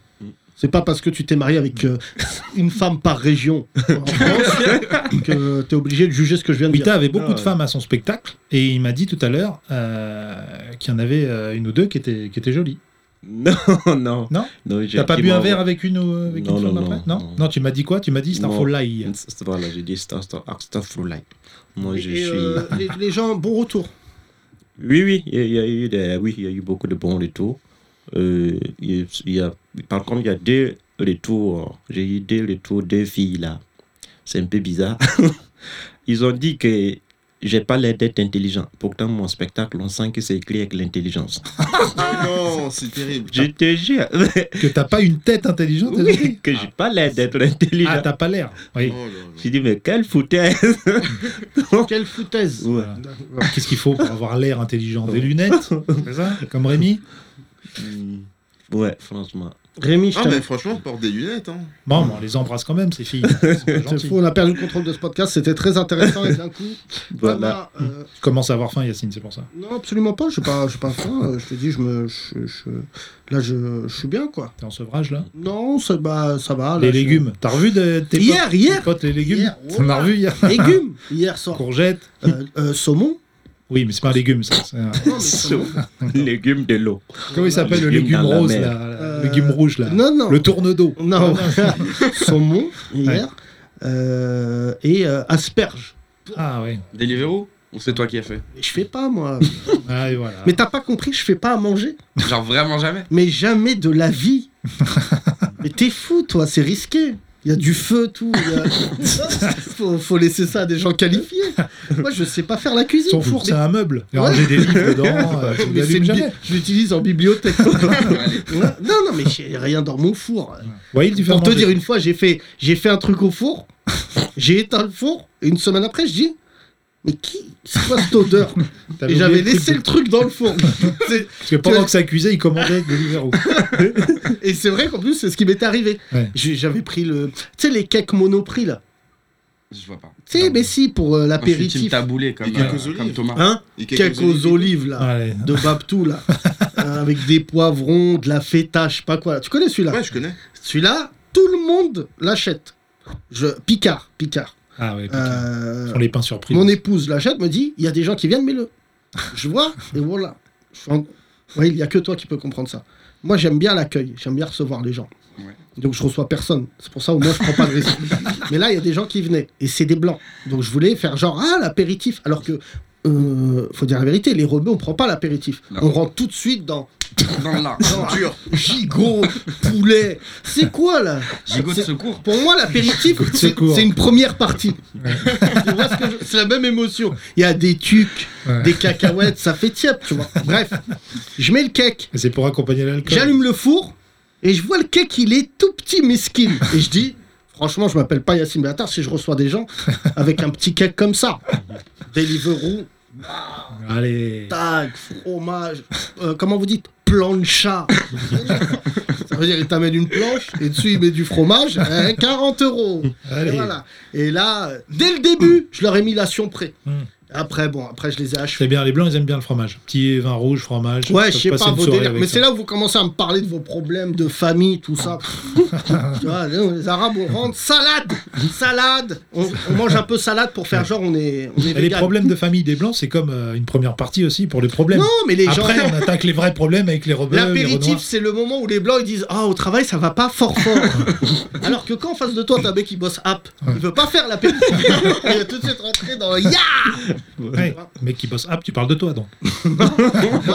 S3: C'est pas parce que tu t'es marié avec euh, [laughs] une femme par région en France que t'es obligé de juger ce que je viens de
S4: Wita
S3: dire.
S4: avait beaucoup
S5: Ah ouais.
S4: de femmes à son spectacle et il m'a dit tout à l'heure euh, qu'il y en avait euh, une ou deux qui étaient, qui étaient jolies.
S5: Non, [laughs] non.
S4: Non
S5: j'ai-
S4: T'as pas
S5: qui
S4: bu un
S5: m'envoie-
S4: verre avec une, ou- avec
S5: Non,
S4: une femme
S5: non,
S4: après
S5: non,
S4: non,
S5: non.
S4: tu m'as dit quoi Tu m'as dit c'est un
S5: Non.
S4: faux lie.
S5: Voilà, j'ai dit Star Star Star Light. Moi, je
S3: Et,
S5: suis.
S3: euh, les, les gens, bon retour.
S5: Oui, oui, il y a eu, des- oui, il y a eu beaucoup de bons retours. Euh, il y a, par contre, il y a deux retours. hein. J'ai eu deux retours, deux filles là. C'est un peu bizarre. [laughs] Ils ont dit que j'ai pas l'air d'être intelligent. Pourtant, mon spectacle, on sent que c'est écrit avec l'intelligence. [laughs]
S7: Ah non, c'est terrible.
S5: Je te jure
S4: Que t'as pas une tête intelligente elles ont dit.
S5: [laughs] oui, [laughs] que j'ai pas l'air d'être intelligent.
S4: Ah, t'as pas l'air. Oui.
S7: Oh là là.
S5: J'ai dit, mais quelle foutaise
S3: Quelle foutaise.
S5: Ouais.
S4: Qu'est-ce qu'il faut pour avoir l'air intelligent Des lunettes C'est
S5: [laughs]
S4: ça Comme Rémi
S5: Mm. Ouais, franchement.
S3: Rémi, je
S7: Ah, mais
S3: t'aime.
S7: franchement, porte des lunettes. Hein.
S4: Bon, bon, on les embrasse quand même, ces filles. Elles sont
S5: [laughs]
S4: pas
S3: C'est
S4: gentilles.
S3: fou, on a perdu le contrôle de ce podcast, c'était très intéressant et d'un coup.
S5: Voilà.
S3: Thomas, euh,
S4: Je commence à avoir faim, Yacine, c'est pour ça.
S3: non, absolument pas, j'ai pas, j'ai pas faim. euh, Je te dis, je me, je- je- là, je, je suis bien quoi.
S4: T'es en sevrage, là
S3: Non, ça, bah, ça
S5: Ah,
S3: va. là,
S4: Les
S3: je-
S4: légumes. T'as revu de, tes
S3: Hier,
S4: potes,
S3: hier.
S4: tes potes, les légumes
S3: Hier,
S4: On a
S3: ouais.
S4: revu hier.
S3: Légumes. Hier soir.
S4: Courgettes.
S3: Euh, euh, saumon.
S4: Oui, mais c'est pas un légume, ça. c'est
S5: [laughs]
S4: un-
S3: Non, mais saumon.
S5: Sauf légumes de l'eau.
S4: Comment il s'appelle le
S5: Légumes
S4: légume
S5: dans la
S4: rose,
S5: mer.
S4: là Le
S3: Euh,
S4: légume rouge, là
S3: Non, non.
S4: Le tourne d'eau.
S3: Non, [laughs] saumon hier euh, et euh, asperges.
S4: Ah, ouais.
S6: Deliveroo Ou c'est toi qui as fait
S3: Mais Je fais pas moi.
S4: Ah, et voilà.
S3: Mais t'as pas compris, je fais pas à manger.
S6: Genre
S3: [laughs]
S6: vraiment jamais
S3: Mais jamais de la
S4: [laughs]
S3: vie. Mais t'es fou toi, c'est risqué. Il y a du feu, tout. il y
S4: [laughs]
S3: a- faut, faut laisser ça à des gens qualifiés. Moi, je sais pas faire la cuisine.
S4: Son four,
S3: Mais- [laughs]
S4: c'est un meuble. Et
S3: Ouais.
S4: ranger des livres dedans.
S3: [laughs]
S4: euh, tu
S3: mais c'est
S4: l'allumes
S3: une bi-
S4: jamais.
S3: Je l'utilise en
S4: [laughs]
S3: bibliothèque.
S6: Allez.
S3: non, non, mais j'ai rien dans mon four.
S4: Voyez le différent.
S3: Pour te dire, une fois, j'ai fait, j'ai fait un truc au [laughs] four, j'ai éteint le four, et une semaine après, je dis, mais qui, c'est quoi cette [laughs] odeur Et j'avais laissé le truc dans le [laughs] four. C'est-
S4: Parce que pendant
S3: vois-
S4: que ça cuisait, il commandait des livres.
S3: et c'est vrai qu'en plus, c'est ce qui m'est arrivé.
S4: Ouais.
S3: J'ai- J'avais pris le, tu sais, les cakes monoprix là.
S6: Je vois pas.
S3: Tu sais, mais si, pour euh,
S6: Moi, je suis team
S3: l'apéritif.
S6: taboulé comme,
S7: Et
S6: euh,
S7: quelques olives.
S6: comme
S3: [laughs]
S6: Thomas.
S3: Hein
S7: Et quelques
S3: Cakes aux olives là,
S4: Allez.
S3: de Babtou [laughs] là. Euh, avec des poivrons, de la feta, je sais pas quoi. là. Tu connais celui-là
S7: Ouais, je connais.
S3: Celui-là, tout le monde l'achète. Je... Picard, Picard.
S4: Ah, ouais. putain.
S3: Euh,
S4: Ils font les pains surprises.
S3: Mon épouse l'achète, me dit il y a des gens qui viennent, mets-le. Je vois, et voilà. Je suis en- Oui, il n'y a que toi qui peux comprendre ça. Moi, j'aime bien l'accueil, j'aime bien recevoir les gens.
S6: Ouais.
S3: Donc, je reçois personne. C'est pour ça, au moins, je prends pas de risque.
S6: [laughs]
S3: Mais là, il y a des gens qui venaient, et c'est des blancs. Donc, je voulais faire genre, ah, l'apéritif. Alors que, euh, faut dire la vérité, les rebeux, on prend pas l'apéritif.
S6: Non.
S3: On rentre tout de suite dans
S6: Dans l'art.
S7: Dur.
S3: gigot, poulet. C'est quoi, là
S6: Gigot de
S3: C'est-
S6: secours.
S3: pour moi, l'apéritif,
S4: Coup de
S3: c'est
S4: secours.
S3: c'est une première partie. [laughs] Tu vois ce que je- c'est la même émotion. Il y a des tucs,
S4: Ouais.
S3: des cacahuètes, ça fait tiep, tu vois. Bref, je mets le cake,
S4: Et C'est pour accompagner l'alcool.
S3: j'allume le four, et je vois le cake, il est tout petit, mesquin. Et je dis, franchement, je m'appelle pas Yacine Blattard si je reçois des gens avec un petit cake comme ça. Deliveroo,
S4: Allez.
S3: tag, fromage, euh, comment vous dites Plancha. Ça veut dire, il t'amène une planche et dessus, il met du fromage, hein, 40 euros. Et,
S4: Allez.
S3: voilà. et là, euh, dès le début, je leur ai mis la près.
S4: Mm.
S3: Après, bon, après, je les ai
S4: C'est
S3: achevés.
S4: bien, les blancs, ils aiment bien le fromage. Petit vin rouge, fromage.
S3: Ouais,
S4: Ils
S3: je sais
S4: peuvent
S3: pas
S4: passer une
S3: vos
S4: soirée
S3: délires.
S4: avec
S3: Mais
S4: ça.
S3: c'est là où vous commencez à me parler de vos problèmes de famille, tout
S4: [laughs]
S3: ça. tu vois, nous, les Arabes, on rentre. Salade Salade on, on mange un peu salade pour faire genre on est, on est
S4: Et les
S3: vegan.
S4: problèmes de famille des blancs, c'est comme euh, une première partie aussi pour les problèmes.
S3: Non, mais les gens.
S4: Après, on attaque les vrais problèmes avec les rebeux, les
S3: L'apéritif,
S4: renois.
S3: c'est le moment où les blancs ils disent Ah, au travail, ça va pas fort
S6: [laughs]
S3: fort. Alors que quand en face de toi, t'as un mec qui bosse app, il veut pas faire
S6: [laughs]
S3: l'apéritif. il va tout de suite rentrer dans Ya
S4: Ouais, Mais qui bosse. Ah, tu parles de toi donc.
S3: Non,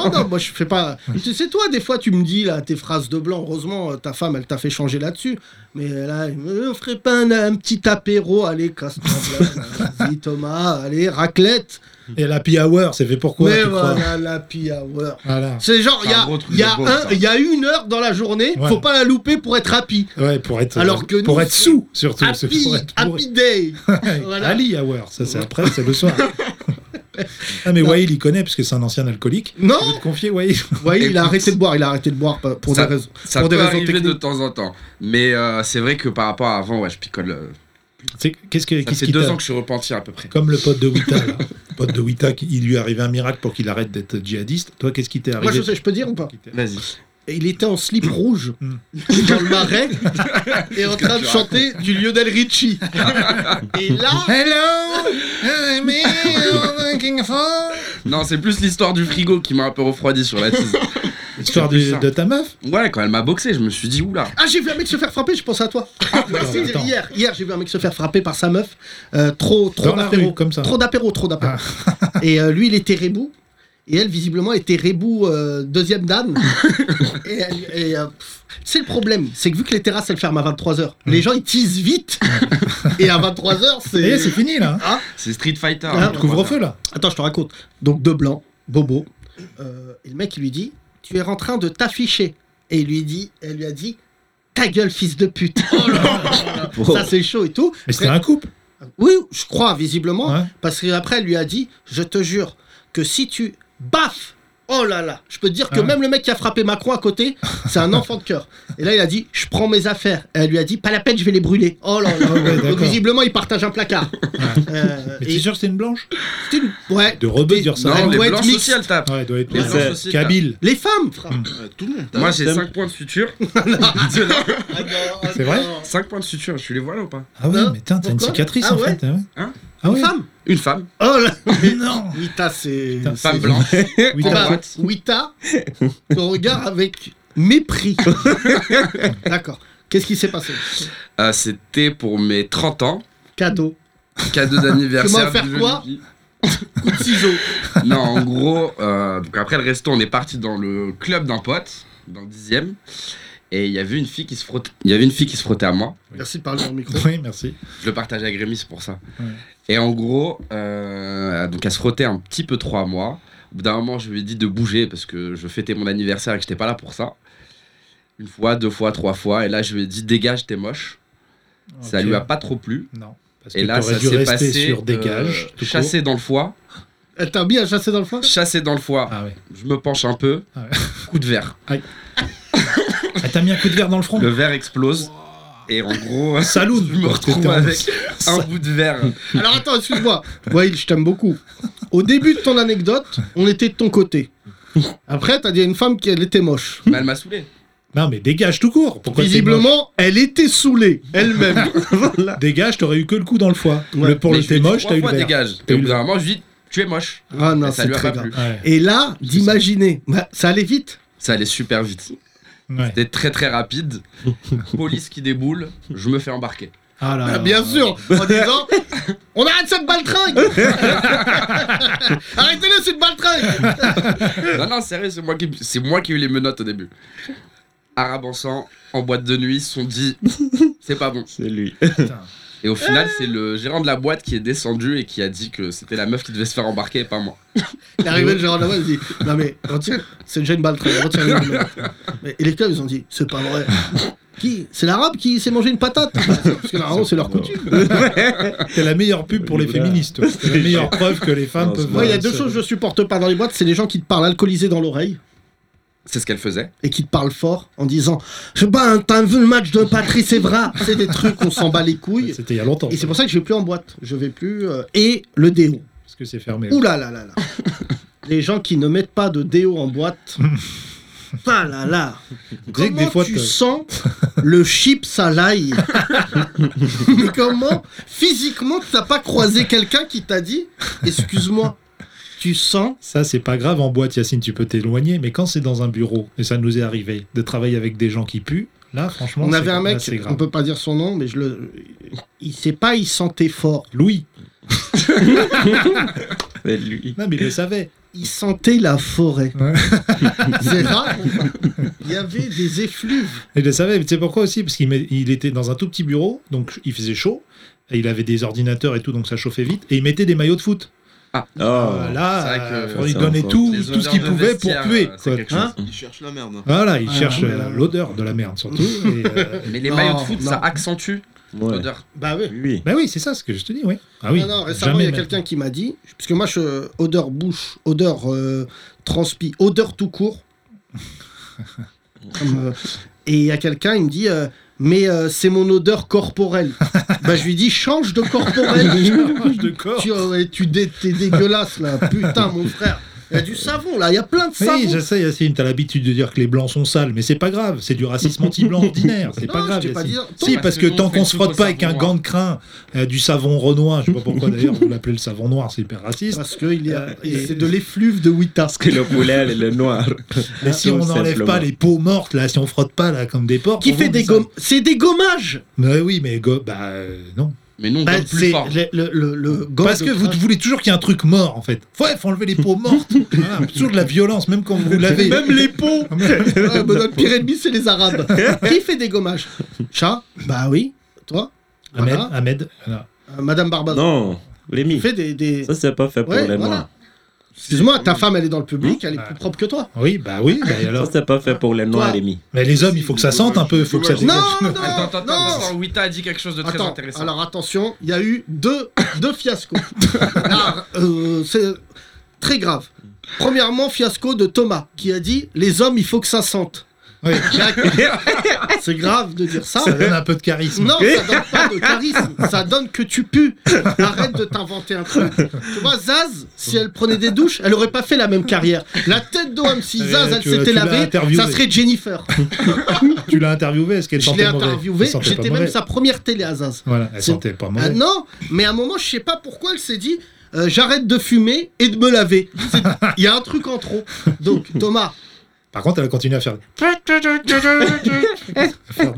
S3: non, moi je fais pas. Tu sais, toi, des fois, tu me dis là tes phrases de blanc. Heureusement, euh, ta femme, elle t'a fait changer là-dessus. Mais là, elle me- on ferait pas un, un petit apéro. Allez, casse-toi. en place. Vas-y, Thomas, allez, raclette.
S4: Et la Happy Hour, c'est fait pour quoi
S3: Mm. Mais
S4: tu crois
S3: voilà la happy hour.
S4: Voilà.
S3: C'est genre, il y
S6: C'est
S3: a,
S6: un gros truc
S3: il y a
S6: de pauvre,
S3: un-
S6: ça.
S3: il y a une heure dans la journée,
S4: Ouais.
S3: faut pas la louper pour être happy.
S4: Ouais, pour être, euh,
S3: Alors que
S4: pour
S3: nous,
S4: être sous, surtout. c'est
S3: happy,
S4: pour être bourré.
S3: happy [laughs] day. Voilà.
S4: Ali Hour, ça c'est après, c'est
S3: [laughs]
S4: le soir. ah, mais
S3: Non.
S4: Wael, il connaît, parce que c'est un ancien alcoolique.
S3: Non
S4: Je vais te confier, Wael.
S3: Ouais, il a
S6: Écoute.
S3: arrêté de boire, il a arrêté de boire pa- pour
S6: Ça-
S3: des raisons.
S6: Ça
S3: Pour des
S6: peut
S3: raisons
S6: arriver de
S3: techniques.
S6: temps en temps. Mais euh, c'est vrai que par rapport à avant, ouais, je picole. euh,
S4: [laughs] C'est- Qu'est-ce que-
S6: Ça
S4: qu'est-ce
S6: fait
S4: qui
S6: deux
S4: t'a-
S6: ans que je suis repenti à peu près.
S4: Comme le pote de Wita, là. Le pote de Wita, qui- il lui est arrivé un miracle pour qu'il arrête d'être djihadiste. Toi, qu'est-ce qui t'est arrivé
S3: Moi, je sais, je peux dire ou pas
S6: Vas-y.
S3: Et il était en slip rouge,
S4: Hmm.
S3: dans le [laughs] marais, et en train de chanter du Lionel [laughs] Richie. et là. Hello!
S6: Non, c'est plus l'histoire du frigo qui m'a un peu refroidi sur
S3: [laughs]
S6: la tease.
S4: Histoire
S6: C'est plus
S4: du-
S6: ça.
S4: de ta meuf
S6: Ouais, quand elle m'a boxé, je me suis dit, oula.
S3: Ah, j'ai vu un mec se faire frapper, je pense à toi. C'était
S4: Ah, attends.
S3: hier, hier j'ai vu un mec se faire frapper par sa meuf. Euh, trop trop
S4: Dans la
S3: d'apéro.
S4: rue, comme ça. Ah.
S3: Trop d'apéro, trop d'apéro. [laughs] et euh, lui, il était rebou. Et elle, visiblement, était rebou euh, deuxième
S4: [laughs]
S3: dame. et elle- et, euh, pff, c'est le problème, c'est que vu que les terrasses, elles ferment à 23h,
S4: Mm.
S3: les gens, ils teasent vite. [laughs] et à 23h,
S4: Ça y est,
S3: c'est...
S4: Eh, c'est fini, là. hein.
S6: C'est Street Fighter.
S3: Ah,
S6: hein,
S4: Couvre-feu, là.
S3: Attends, je te raconte. Donc, deux blancs, bobo. Euh, et le mec, il lui dit Tu es en train de t'afficher. Et il lui dit, elle lui a dit Ta gueule, fils de pute. Oh là là là là. [laughs] Ça, c'est chaud et tout.
S4: Mais c'était un couple. hein.
S3: Oui, je crois, visiblement.
S4: Ouais.
S3: Parce qu'après, elle lui a dit Je te jure que si tu. Baf Oh là là Je peux te dire que
S4: Ah ouais.
S3: même le mec qui a frappé Macron à côté, c'est
S4: [laughs]
S3: un enfant de cœur. Et là, il a dit Je prends mes affaires. Et elle lui a dit Pas la peine, je vais les brûler. Oh là là
S4: Ah [laughs] ouais,
S3: Donc,
S4: d'accord.
S3: visiblement, ils partagent un placard. Euh,
S4: Mais
S3: et
S4: t'es sûr que c'était une blanche
S3: c'est une- Ouais.
S4: De rebeu, dire ça.
S6: Non,
S3: Elle
S6: les
S3: doit être
S6: blancs
S3: mixte.
S6: aussi, elle tape.
S4: Ouais, elle doit être
S6: Les
S4: Ouais.
S6: blancs aussi,
S4: Kabyle.
S3: Les femmes, frère
S7: Ouais, Euh, tout le monde.
S6: Moi, j'ai
S5: Sam.
S6: 5 points de [laughs] futur.
S4: C'est vrai
S6: 5 points de suture, je suis les voilà ou pas
S4: Ah oui,
S3: Non.
S4: mais tiens, t'as une
S3: Pourquoi
S4: cicatrice,
S3: Ah
S4: en
S3: ouais
S4: fait. ah ouais.
S6: Hein
S4: Ah
S3: Une
S4: oui
S3: femme
S6: Une femme,
S3: Oh là [laughs]
S4: Mais non
S3: Wita, c'est.
S4: Putain,
S6: femme blanche.
S4: Oui,
S3: Oh
S4: t'as-
S3: bah,
S6: droite.
S3: Wita, ton regard avec mépris. D'accord. Qu'est-ce qui s'est passé
S6: Euh, C'était pour mes 30 ans,
S3: Cadeau.
S6: cadeau d'anniversaire.
S3: Comment faire
S6: du
S3: quoi
S6: jeudi.
S3: Coup de ciseau.
S6: Non, en gros, euh, donc après le resto, on est parti dans le club d'un pote, dans le 10ème. Et il y avait une fille qui se frottait. Il y avait une fille qui se frottait à moi.
S3: Merci de parler dans le micro.
S4: Oui, merci.
S6: Je le partageais avec Rémi, c'est pour ça.
S4: Ouais.
S6: Et en gros, euh, donc elle se frottait un petit peu trop à moi. Au bout d'un moment, je lui ai dit de bouger parce que je fêtais mon anniversaire et que j'étais pas là pour ça. Une fois, deux fois, trois fois. Et là, je lui ai dit dégage, t'es moche. Ça
S4: Ok.
S6: lui a pas trop plu.
S4: Non. Parce que
S6: Et là,
S4: t'aurais
S6: ça
S4: dû
S6: s'est
S4: rester
S6: passé
S4: sur des gages.
S6: euh,
S4: tout court.
S6: chassé dans le foie.
S3: Elle t'a mis à chasser dans le foin
S6: Chassé dans le foie.
S4: Ah ouais.
S6: Je me penche un peu.
S4: Ah ouais.
S6: [laughs] Coup de verre.
S4: Ah, t'as mis un coup de verre dans le front
S6: Le verre explose. Et en gros, [laughs]
S4: Saloon
S6: je me
S4: parce que
S6: retrouve
S4: t'es en- [laughs]
S6: avec un
S4: Ça-
S6: bout de verre.
S3: Alors attends, excuse-moi. Wael, je t'aime beaucoup. Au début de ton anecdote, on était de ton côté. Après, t'as dit à une femme qu'elle était moche.
S6: Bah, elle m'a saoulé.
S4: Non, mais dégage tout court. Pourquoi t'es moche
S3: Visiblement, elle était saoulée elle-même.
S4: Dégage, t'aurais eu que le coup dans le foie.
S3: Ouais.
S4: Le, pour
S6: Mais
S4: le
S6: je lui ai
S4: t'es
S6: dit
S4: moche,
S6: trois
S4: t'as eu le
S6: fois,
S4: verre.
S6: dégage.
S4: T'as
S6: Et
S4: eu
S6: au bout
S4: le
S6: d'un moment, je lui dis, tu es moche.
S3: ah non,
S6: Et ça
S3: c'est
S6: lui a
S3: très
S6: pas
S3: grave.
S6: plu.
S4: Ouais.
S3: Et là, d'imaginer, bah, ça allait vite.
S6: Ça allait super vite.
S4: Ouais.
S6: C'était très très rapide. [laughs] Police qui déboule, je me
S3: [laughs]
S6: fais embarquer.
S4: Ah là
S3: Bah,
S4: là.
S3: bien sûr, en disant On arrête cette [laughs] baltringue Arrêtez-le, cette baltringue
S6: Non, non, sérieux, c'est moi qui, c'est moi qui ai eu les menottes au début. Arabe en sang, en boîte de nuit, se
S3: [laughs]
S6: sont dit, c'est pas bon.
S5: [laughs] C'est lui.
S6: Et au final, c'est le gérant de la boîte qui est descendu et qui a dit que c'était la meuf qui devait se faire embarquer et pas moi.
S3: Il est arrivé le gérant de la boîte, il dit Non mais, retiens, c'est déjà une baltringue, retiens le Et les clubs, ils ont dit C'est pas vrai. Qui C'est l'arabe qui s'est mangé une patate Parce que normalement, c'est leur coutume.
S4: T'es la meilleure pub pour les
S5: Voilà.
S4: féministes. toi. C'est la
S6: [laughs]
S4: meilleure preuve que les femmes
S5: Non,
S4: peuvent.
S5: c'est
S3: Moi, il y a
S4: euh,
S3: deux
S4: se-
S3: choses que je supporte pas dans les boîtes c'est les gens qui te parlent alcoolisé dans l'oreille.
S6: C'est ce qu'elle faisait.
S3: et qui te parle fort en disant Je sais pas, hein, t'as vu le match de Patrice Evra C'est des trucs, on s'en bat les couilles.
S4: C'était il y a longtemps.
S3: Et c'est pour ça que je vais plus en boîte. Je vais plus. euh, et le déo.
S4: Parce que c'est fermé.
S3: Ouh là là là
S4: [laughs]
S3: là. Les gens qui ne mettent pas de déo en
S4: [laughs]
S3: boîte. Ah là là.
S4: sais que
S3: Comment
S4: des fois,
S3: tu
S4: t'as-
S3: sens le chips à l'ail [laughs] Mais comment physiquement tu n'as pas croisé quelqu'un qui t'a dit Excuse-moi, tu sens
S4: Ça, c'est pas grave en boîte, Yacine, tu peux t'éloigner, mais quand c'est dans un bureau, et ça nous est arrivé, de travailler avec des gens qui puent, là, franchement,
S3: On
S4: c'est-
S3: avait un
S4: là,
S3: mec,
S4: c'est grave.
S3: on peut pas dire son nom, mais je le. Il sait pas, il sentait fort.
S4: Louis,
S5: C'est lui.
S4: non, mais il le savait.
S3: il sentait la forêt.
S4: Ouais.
S3: [laughs] C'est rare. Il y avait des effluves.
S4: Il le savait, mais tu sais pourquoi aussi Parce qu'il met- il était dans un tout petit bureau, donc il faisait chaud, et il avait des ordinateurs et tout, donc ça chauffait vite, et il mettait des maillots de foot.
S5: Ah,
S4: Euh,
S6: Ah, c'est
S4: là,
S6: vrai que
S4: euh,
S6: ça,
S4: il
S5: c'est
S4: donnait
S5: encore-
S4: tout,
S6: les
S4: tout ce
S6: odeurs
S4: qu'il
S6: de
S4: pouvait pour
S6: vestiaire,
S4: tuer.
S6: euh, c'est
S4: quoi,
S6: quelque
S4: hein.
S7: Il cherche la merde. hein.
S4: voilà, il
S3: Ah,
S4: cherche
S3: mais
S4: euh,
S3: là-
S4: l'odeur de la merde surtout. et,
S6: [laughs]
S4: euh,
S6: Mais les
S3: Non,
S6: maillots de foot,
S3: non.
S6: ça accentue
S5: Ouais.
S6: l'odeur.
S3: Bah oui.
S5: Oui.
S4: Bah oui, c'est ça ce que je te dis, oui. Ah oui.
S3: non, non, récemment, il y a quelqu'un qui m'a dit, parce que moi, je, odeur bouche, odeur euh, transpi, odeur tout court. Comme, euh, et il y a quelqu'un, il me dit, euh, mais euh, c'est mon odeur corporelle. [laughs] bah, je lui dis, change de corporelle. [laughs]
S4: [laughs] de corps.
S3: tu ouais, tu dé- t'es dégueulasse, là. Putain, mon frère. Il y a du savon, là. Il y a plein de savon.
S4: Oui, je sais, Yacine, t'as l'habitude de dire que les blancs sont sales, mais c'est pas grave, c'est du racisme anti-blanc ordinaire,
S3: [laughs]
S4: c'est
S3: Non,
S4: pas
S3: je
S4: grave.
S3: t'ai pas
S4: Yacine.
S3: dit- Attends,
S4: Si,
S6: Parce
S4: parce
S6: que
S4: que
S6: nous, on
S4: tant
S6: fait
S4: qu'on se
S6: tout au
S4: frotte pas avec un
S6: savon
S4: gant de crin, euh, du savon renois, je sais pas pourquoi d'ailleurs vous l'appelez le savon noir, c'est hyper raciste.
S3: Parce que il y a-
S4: Euh,
S3: et
S4: et-
S3: c'est de l'effluve de Wita.
S5: Parce que le poulet, elle est le noir.
S4: Mais si on n'enlève pas les peaux mortes, là, si on frotte pas là comme des porcs.
S3: Qui
S4: on
S3: fait
S4: vend
S3: des
S4: sales.
S3: gommes. C'est des gommages.
S4: Mais oui, mais go- bah euh, non.
S6: Mais nous, on
S3: Bah,
S6: donne plus
S3: c'est
S6: fort.
S3: le, le, le, le gomme
S4: Parce
S3: de
S4: que vous
S3: crasse.
S4: voulez toujours qu'il y ait un truc mort en fait. Ouais, faut enlever les peaux mortes.
S3: [laughs]
S4: Voilà, toujours de la violence, même quand vous vous lavez.
S3: Même les
S4: [laughs]
S3: pots Ah, bah, Notre pire ennemi, c'est les
S5: [laughs]
S3: Arabes. Qui fait des gommages Chat Bah oui. Toi
S4: Ahmed,
S3: Voilà.
S4: Ahmed, voilà.
S3: Euh, Madame Barbazan.
S5: Non, Rémi,
S3: Fait des. des-
S5: ça c'est pas fait pour
S3: Ouais,
S5: les
S3: voilà.
S5: noirs.
S3: Excuse-moi, ta femme, elle est dans le public, elle est
S4: Ouais.
S3: plus propre que toi.
S4: Oui, bah oui, bah,
S3: [laughs]
S4: et alors.
S5: Ça c'est pas fait pour les noirs, Rémi.
S4: Mais les hommes, il faut que ça sente un peu, il faut que ça
S3: Non,
S4: dégage.
S3: non,
S6: Attends, attends,
S3: non.
S6: attends, attends, Wita a dit quelque chose de très
S3: Attends,
S6: intéressant. [laughs]
S3: alors attention, il y a eu deux, deux
S5: [laughs]
S3: fiascos. Là, euh, c'est très grave. Premièrement, fiasco de Thomas, qui a dit Les hommes, il faut que ça
S5: [laughs]
S3: sente.
S4: Oui.
S3: C'est grave de dire ça.
S4: Ça donne un peu de charisme.
S3: Euh, Non, ça donne pas de charisme, ça donne que tu pues. Arrête de t'inventer un truc. Tu vois, Zaz, si elle prenait des douches, elle aurait pas fait la même carrière. La tête d'homme, si
S4: Eh,
S3: Zaz, elle
S4: tu- tu
S3: s'était
S4: l'as
S3: lavée,
S4: interviewé.
S3: ça serait Jennifer.
S4: Tu l'as interviewé, est-ce qu'elle
S3: Je
S4: sentait
S3: l'ai
S4: mauvais
S3: interviewée,
S4: Elle sentait pas
S3: j'étais même
S4: mauvais.
S3: sa première télé à Zaz.
S4: Voilà, elle
S3: C'est-
S4: sentait pas
S3: Ah
S4: mauvais.
S3: non, mais à un moment, je sais pas pourquoi elle s'est dit euh, j'arrête de fumer et de me laver. C'est- Il y a un truc en trop. Donc, Thomas,
S4: Par contre, elle a continué à faire, à faire de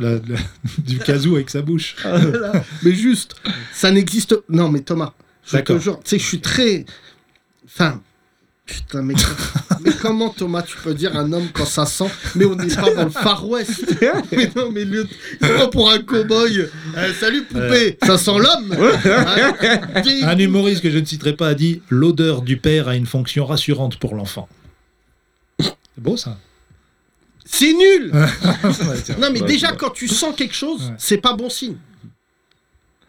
S4: la- de la- du [laughs] casou avec sa bouche.
S3: voilà. mais juste, ça n'existe. Non, mais Thomas, je te
S4: D'accord.
S3: jure, tu sais, je suis très. Enfin. Putain, mais, mais comment Thomas tu peux dire un homme quand ça sent Mais on n'est pas dans le Far
S4: [laughs]
S3: West Mais non, mais le... c'est pas pour un cow-boy Euh, Salut poupée, ça sent l'homme Hein Dis-
S4: Un humoriste que je ne citerai pas a dit L'odeur du père a une fonction rassurante pour l'enfant. C'est beau ça.
S3: C'est nul
S4: Ouais, tiens.
S3: Non, mais
S5: Ouais,
S3: déjà,
S5: ouais.
S3: quand tu sens quelque chose,
S4: Ouais.
S3: c'est pas bon signe.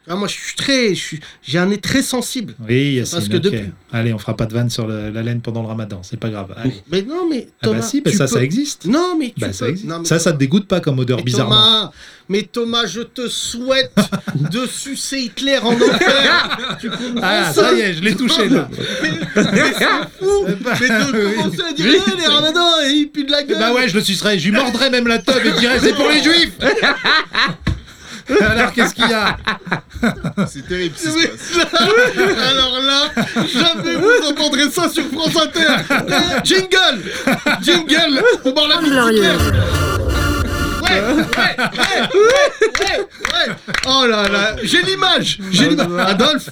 S3: Ah, moi, je suis très. je suis- J'ai un nez très sensible.
S4: Oui, Yacine,
S3: Parce que
S4: ok.
S3: depuis-
S4: Allez, on fera pas de vanne sur le- la laine pendant le ramadan, c'est pas grave. Allez.
S3: Mais non, mais.
S4: Ah
S3: Thomas,
S4: bah si, bah
S3: tu
S4: ça,
S3: peux-
S4: ça existe.
S3: Non, mais tu
S4: Bah,
S3: peux-
S4: ça, existe.
S3: Non, mais
S4: ça, ça te
S3: Thomas-
S4: dégoûte pas comme odeur
S3: mais
S4: bizarrement.
S3: Thomas, mais Thomas, je te souhaite de sucer Hitler en
S4: [laughs]
S3: enfer. tu comprends
S4: Ah, ça y est, je l'ai touché là.
S3: fou. Mais de commencer à dire Eh, les ramadans et ils puent de la gueule.
S4: Bah ouais, je le sucerais, je lui mordrais même la teub et je dirais c'est pour
S3: [laughs]
S4: les juifs Alors qu'est-ce qu'il y a
S7: C'est terrible ce qui se passe.
S3: Mais là- [laughs] alors là, jamais vous entendrez ça sur France Inter. Eh, Jingle, jingle, on parle la musique.
S2: Glorieuse.
S3: Ouais, ouais, ouais, ouais, ouais. Oh là là, j'ai l'image, j'ai l'image. Adolphe.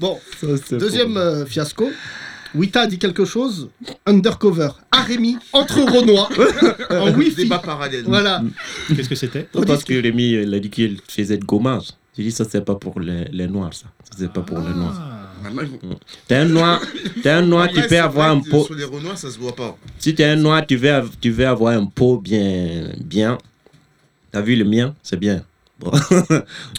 S3: Bon, deuxième euh, fiasco. Wita a dit quelque chose. Undercover, Arémi entre Renoir en Wi-Fi.
S7: Débat parallèle.
S3: Voilà.
S4: Qu'est-ce que c'était
S5: Non, parce que Rémi, euh, il a dit qu'il faisait de gommage. J'ai dit, ça c'est pas pour les, les noirs, ça. Ça c'est pas pour les noirs.
S4: Ah.
S6: Bah,
S7: Maintenant, ils vont-
S5: T'es un noir, t'es un
S7: [laughs]
S5: noir qui
S7: Après, c'est
S5: peut avoir
S7: vrai
S5: un
S7: que
S5: pot.
S7: Sur les Renois, ça se voit pas.
S5: Si t'es un noir, tu veux, av- tu veux avoir un pot bien, bien. T'as vu le mien C'est bien. Bon,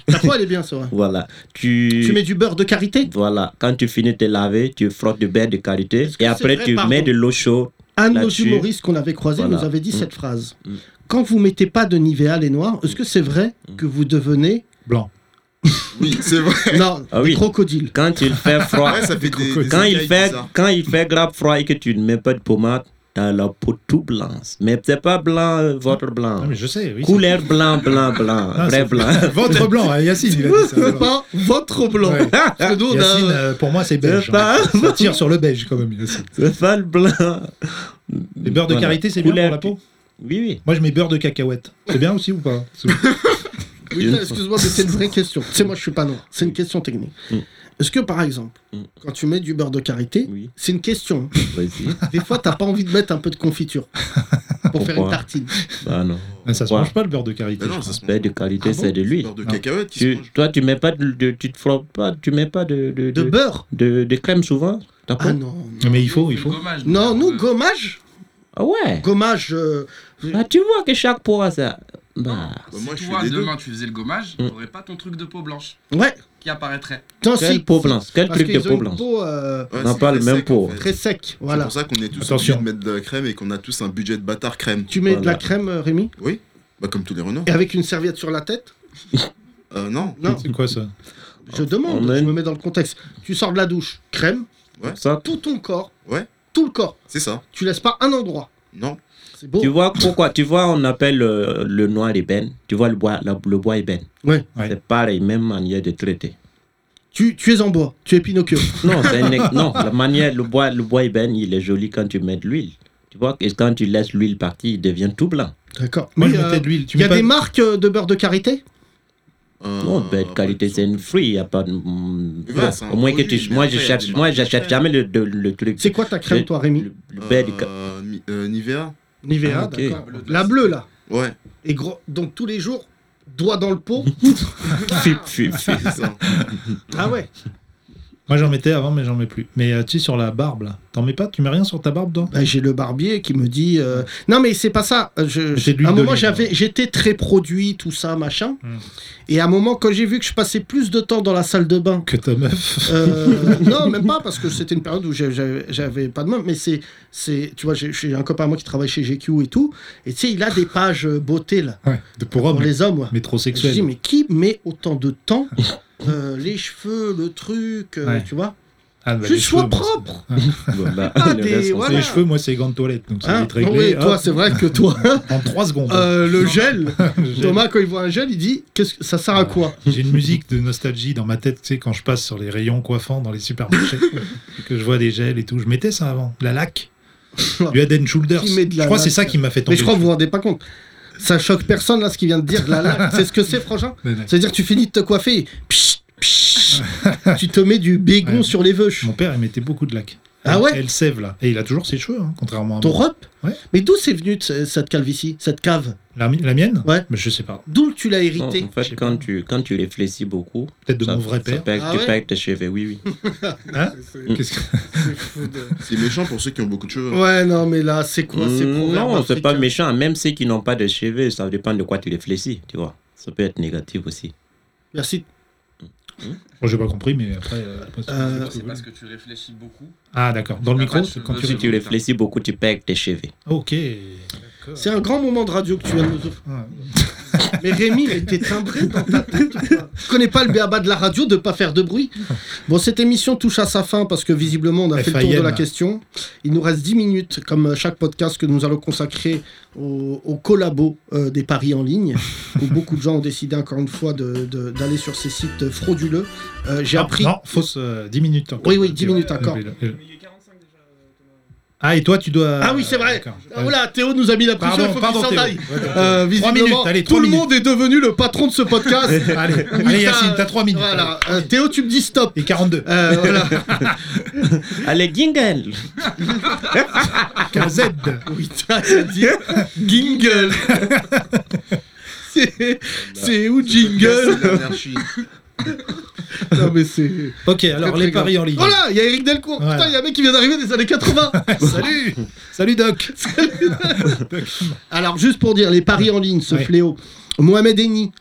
S3: Ta foi, elle est bien, ça.
S5: voilà. Tu,
S3: Tu mets du beurre de karité
S5: Voilà. Quand tu finis de te laver, tu frottes du beurre de qualité
S3: Est-ce que
S5: et
S3: c'est
S5: après
S3: vrai,
S5: tu
S3: pardon
S5: mets de l'eau chaude.
S3: Un de nos
S5: là-dessus.
S3: humoristes qu'on avait croisé
S5: Voilà.
S3: nous avait dit
S5: Mm.
S3: cette phrase.
S5: Mm.
S3: Quand vous mettez pas de Nivea les noirs, est-ce que c'est vrai
S5: Mm.
S3: que vous
S5: [laughs]
S3: devenez
S4: Blanc.
S7: Oui, c'est vrai.
S3: non,
S5: Ah
S3: des
S5: oui.
S3: crocodiles
S5: Quand il
S3: [laughs]
S5: fait froid,
S7: Ouais, ça fait des, des
S5: quand il
S7: écailles
S5: fait,
S7: bizarres.
S5: quand il fait grave froid et que tu ne mets pas de pommade, t'as la peau tout blanche. Mais c'est pas blanc, euh, votre blanc.
S4: Non, Ah, mais je sais, oui.
S5: Couleur blanc, blanc, blanc,
S4: Ah,
S5: vrai
S4: c'est-
S5: blanc.
S4: [laughs] Ventre blanc, hein, Yacine, il a dit ça.
S3: C'est pas ventre blanc.
S4: Ouais.
S3: Parce que nous, on a-
S4: Yacine, euh, pour moi, c'est beige.
S5: C'est pas-
S4: hein. Ça tire sur le beige quand même, Yacine.
S5: C'est pas le blanc.
S4: Les beurres de karité, c'est bien
S5: Couleur
S4: pour la
S5: qui-
S4: peau
S5: Oui, oui.
S4: Moi, je mets beurre de cacahuète. C'est bien aussi ou pas
S5: [laughs]
S3: Oui,
S5: Une-
S3: excuse-moi, mais c'est une vraie question. Tu sais, moi, je suis pas noir. C'est une question technique.
S5: Mm.
S3: Est-ce que, par exemple,
S5: Mm.
S3: quand tu mets du beurre de karité,
S5: Oui,
S3: c'est une question.
S5: vas-y. [laughs]
S3: Des fois, t'as pas envie de mettre un peu de confiture. pour faire une
S5: Pourquoi
S3: tartine.
S5: Ah non.
S4: Mais ça se
S5: Ouais.
S4: mange pas le beurre de karité.
S7: Bah non, ça se
S5: Beurre de qualité,
S4: Ah bon
S5: c'est de l'huile.
S7: beurre de
S4: Non.
S7: cacahuète qui se
S5: Tu,
S7: mange.
S5: toi, tu mets pas de, de- tu te frappes pas, tu mets pas de
S3: De
S5: de, de,
S3: beurre
S5: de- de crème souvent. t'as pas
S3: Ah non.
S4: Mais il faut, il faut.
S6: Gommage,
S3: Non,
S6: euh,
S3: nous, gommage
S5: Ah ouais.
S3: Gommage, euh,
S5: Bah, tu vois que chaque pour a ça. Bah,
S7: Bah,
S6: si
S7: moi, je
S6: toi,
S7: fais les deux.
S6: demain, tu faisais le gommage,
S4: Mm.
S6: t'aurais pas ton truc de peau blanche
S3: ouais.
S6: qui apparaîtrait.
S3: Tant
S5: quelle
S3: si.
S5: peau blanche, quel
S3: Parce
S5: truc de
S3: qu'ils
S5: peau
S3: ont une
S5: blanche.
S3: peau euh,
S7: Ouais,
S5: Non,
S7: c'est
S5: pas le
S7: très
S5: même
S7: sec,
S5: pot.
S7: en fait.
S3: très sec,
S7: C'est
S3: voilà.
S7: pour ça qu'on est tous
S4: Attention.
S7: obligés de mettre de la crème et qu'on a tous un budget de bâtard crème.
S3: Tu mets de la
S5: Voilà.
S3: crème, euh, Rémi
S7: Bah, comme tous les renards.
S3: Et avec une serviette sur la tête
S7: Euh, non.
S3: Non,
S4: C'est quoi ça
S3: je demande,
S5: On a
S3: je
S5: une-
S3: me mets dans le contexte. Tu sors de la douche, crème,
S5: Ça,
S3: tout ton corps,
S7: Ouais.
S3: tout le corps.
S7: C'est ça.
S3: Tu laisses pas un endroit.
S7: Non.
S3: C'est beau.
S5: tu vois pourquoi Tu vois, on appelle euh, le noir ébène. Tu vois le bois, la- le bois ébène.
S3: Ouais.
S4: Ouais.
S5: C'est pareil, même manière de traiter.
S3: Tu, tu es en bois, tu es
S4: [laughs]
S3: Pinocchio.
S5: Non, c'est un ex- non, la manière, le bois, le bois ébène, il est joli quand tu mets de l'huile. Tu vois, et quand tu laisses l'huile partir, il devient tout blanc.
S3: D'accord.
S4: Moi,
S3: Mais,
S4: je mettais
S3: euh,
S4: de l'huile. Tu
S3: il y a
S4: mets pas
S3: des marques euh, de beurre de karité
S7: Euh,
S5: Non, Oh, belle qualité, c'est une fruit, il n'y a pas de. mm,
S7: Ouais,
S5: voilà.
S7: c'est un
S5: Au moins que
S7: produit,
S5: tu.
S7: mais
S5: Moi,
S7: après,
S5: je
S7: il y a
S5: cherche,
S7: des
S5: moi,
S7: marques
S5: j'achète
S7: différentes.
S5: jamais le, le, le truc.
S3: C'est quoi ta crème,
S5: Le-
S3: toi, Rémi
S5: le- le belle ca-
S7: euh, mi- euh, Nivea.
S3: Nivea,
S5: Ah, ok.
S3: d'accord. La bleue, là.
S7: Ouais,
S3: Et gros, donc tous les jours, doigt dans le
S4: [laughs]
S3: pot.
S5: Fui, fui, fui.
S7: c'est
S3: [laughs]
S7: ça.
S3: ah ouais.
S4: Moi j'en mettais avant, mais j'en mets plus. Mais euh, tu sais, sur la barbe là, t'en mets pas Tu mets rien sur ta barbe, toi
S3: Bah, j'ai le barbier qui me dit euh, non mais c'est pas ça. Euh, Je,
S4: Mais c'est de l'huile
S3: à un moment
S4: d'olive,
S3: j'avais
S4: hein.
S3: j'étais très produit tout ça machin.
S4: Hmm.
S3: Et à un moment quand j'ai vu que je passais plus de temps dans la salle de bain.
S4: Que ta meuf.
S5: [laughs]
S3: euh, non même pas parce que c'était une période où j'ai- j'avais j'avais pas de main. Mais c'est c'est tu vois j'ai j'ai un copain à moi qui travaille chez GQ et tout. Et tu sais il a des pages euh, beauté là
S4: Ouais, de pour
S3: pour
S4: homme,
S3: les hommes. ouais.
S4: mais trop
S3: Je me
S4: sexuel.
S3: dis mais qui met autant de temps euh, les cheveux le truc euh,
S4: Ouais.
S3: tu vois
S4: Ah, bah, les
S3: juste sois
S4: cheveux, moi,
S3: propre.
S5: Bon, bah,
S3: Ah,
S5: le
S3: des-
S5: reste, on
S3: voilà.
S5: sait.
S4: Les cheveux, moi, c'est les grandes toilettes. Donc ça
S3: Hein
S4: va être réglé.
S3: Oui, toi
S4: hop,
S3: c'est vrai que
S4: [laughs]
S3: toi
S4: en 3 secondes. [laughs]
S3: euh, le gel.
S4: J'ai-
S3: Thomas, quand il voit un gel, il dit Qu'est-ce que ça sert à quoi
S4: J'ai une musique de nostalgie dans ma tête, tu sais, quand je passe sur les rayons coiffants dans les
S3: [laughs]
S4: supermarchés, et que je vois des gels et tout. Je mettais ça avant. De La laque. Du Head and Shoulders.
S3: Qui met de la
S4: je crois que c'est
S3: laque.
S4: ça qui m'a fait tomber.
S3: Mais je crois que vous vous rendez pas compte. Ça choque personne là ce qu'il vient de dire. La
S4: [laughs]
S3: laque, c'est ce que c'est, Frangin
S4: Mais, mais,
S3: C'est-à-dire, tu finis de te coiffer, pchit,
S4: [laughs]
S3: pchit, tu te mets du bégon
S4: Ouais.
S3: sur les veuches.
S4: Mon père, il mettait beaucoup de laque.
S3: Ah ouais
S4: Elle sève là. Et il a toujours ses cheveux, hein, contrairement à
S3: Ton
S4: moi.
S3: rep
S4: Ouais.
S3: Mais d'où c'est venu ce- cette calvitie, cette cave
S4: La, mi- la mienne
S3: Ouais.
S4: Mais je sais pas.
S3: D'où tu l'as
S5: Non,
S3: hérité
S5: en fait, quand tu, quand tu réfléchis beaucoup,
S4: Peut-être de
S5: ça-
S4: mon vrai
S5: ça
S4: père.
S5: perd-
S3: Ah
S5: tu
S3: ouais
S5: perds tes cheveux, oui, oui.
S3: [laughs] Mm.
S4: Qu'est-ce que- [laughs]
S7: C'est méchant pour ceux qui ont beaucoup de cheveux. hein.
S3: Ouais, non, mais là, c'est quoi ces
S5: Mm,
S3: proverbes
S5: non, c'est pas
S3: africains
S5: méchant. Même ceux qui n'ont pas de cheveux, ça dépend de quoi tu réfléchis, tu vois. Ça peut être négatif aussi.
S3: Merci.
S4: Bon, j'ai pas compris, mais après. euh, après, c'est-
S3: Euh,
S4: c'est-
S6: C'est parce que tu réfléchis beaucoup.
S4: Ah, d'accord. Dans le
S6: Ah,
S4: micro,
S6: ouais, je-
S4: quand tu
S5: Si tu réfléchis beaucoup, tu perds tes cheveux.
S4: Ok.
S3: C'est un grand moment de radio que tu viens de nous offrir.
S4: Ah,
S3: Mais Rémi, mais t'es timbré dans ta tête. ou pas Je connais pas le béaba de la radio de pas faire de bruit. Bon, cette émission touche à sa fin parce que visiblement on a fait le tour de
S4: FIM.
S3: la question. Il nous reste 10 minutes, comme euh, chaque podcast que nous allons consacrer aux au collabos euh, des paris en ligne, où beaucoup de gens ont décidé encore une fois de- de- d'aller sur ces sites frauduleux. Euh, J'ai
S4: Non,
S3: appris.
S4: Ah, Non, fausse euh, 10 minutes encore.
S3: Oui, oui, 10 minutes encore.
S4: Et le- et le- Ah, et toi, tu dois.
S3: Ah oui, c'est vrai.
S4: D'accord.
S3: Ah, voilà, Théo nous a mis la pression, il
S4: Pardon,
S3: faut qu'il
S4: pardon,
S3: s'en
S4: Théo.
S3: aille.
S4: Ouais,
S3: Euh,
S4: Trois
S3: visiblement,
S4: minutes, allez,
S3: tout
S4: trois
S3: le
S4: minutes.
S3: monde est devenu le patron de ce podcast.
S4: [laughs]
S3: [laughs] Oui,
S4: allez, allez,
S3: t'as-
S4: Yacine, t'as 3 minutes.
S3: Voilà. Euh, Théo, tu me dis stop. [laughs]
S4: Et 42.
S3: Euh, voilà.
S5: Allez, jingle
S4: KZ.
S3: Oui, t'as qu'à dire Gingle. [laughs] C'est- C'est où Oh, Jingle
S7: C'est l'anarchie.
S3: Non mais c'est.
S4: Ok, alors
S3: très
S4: les
S3: grave.
S4: paris en ligne.
S3: Oh là, il y a Eric Delcourt.
S4: Voilà.
S3: Putain, il y a un mec qui vient d'arriver des années [laughs] 80.
S4: Salut Salut Doc
S3: Alors juste pour dire, les paris en ligne, ce
S4: Ouais.
S3: fléau. Mohamed Eni,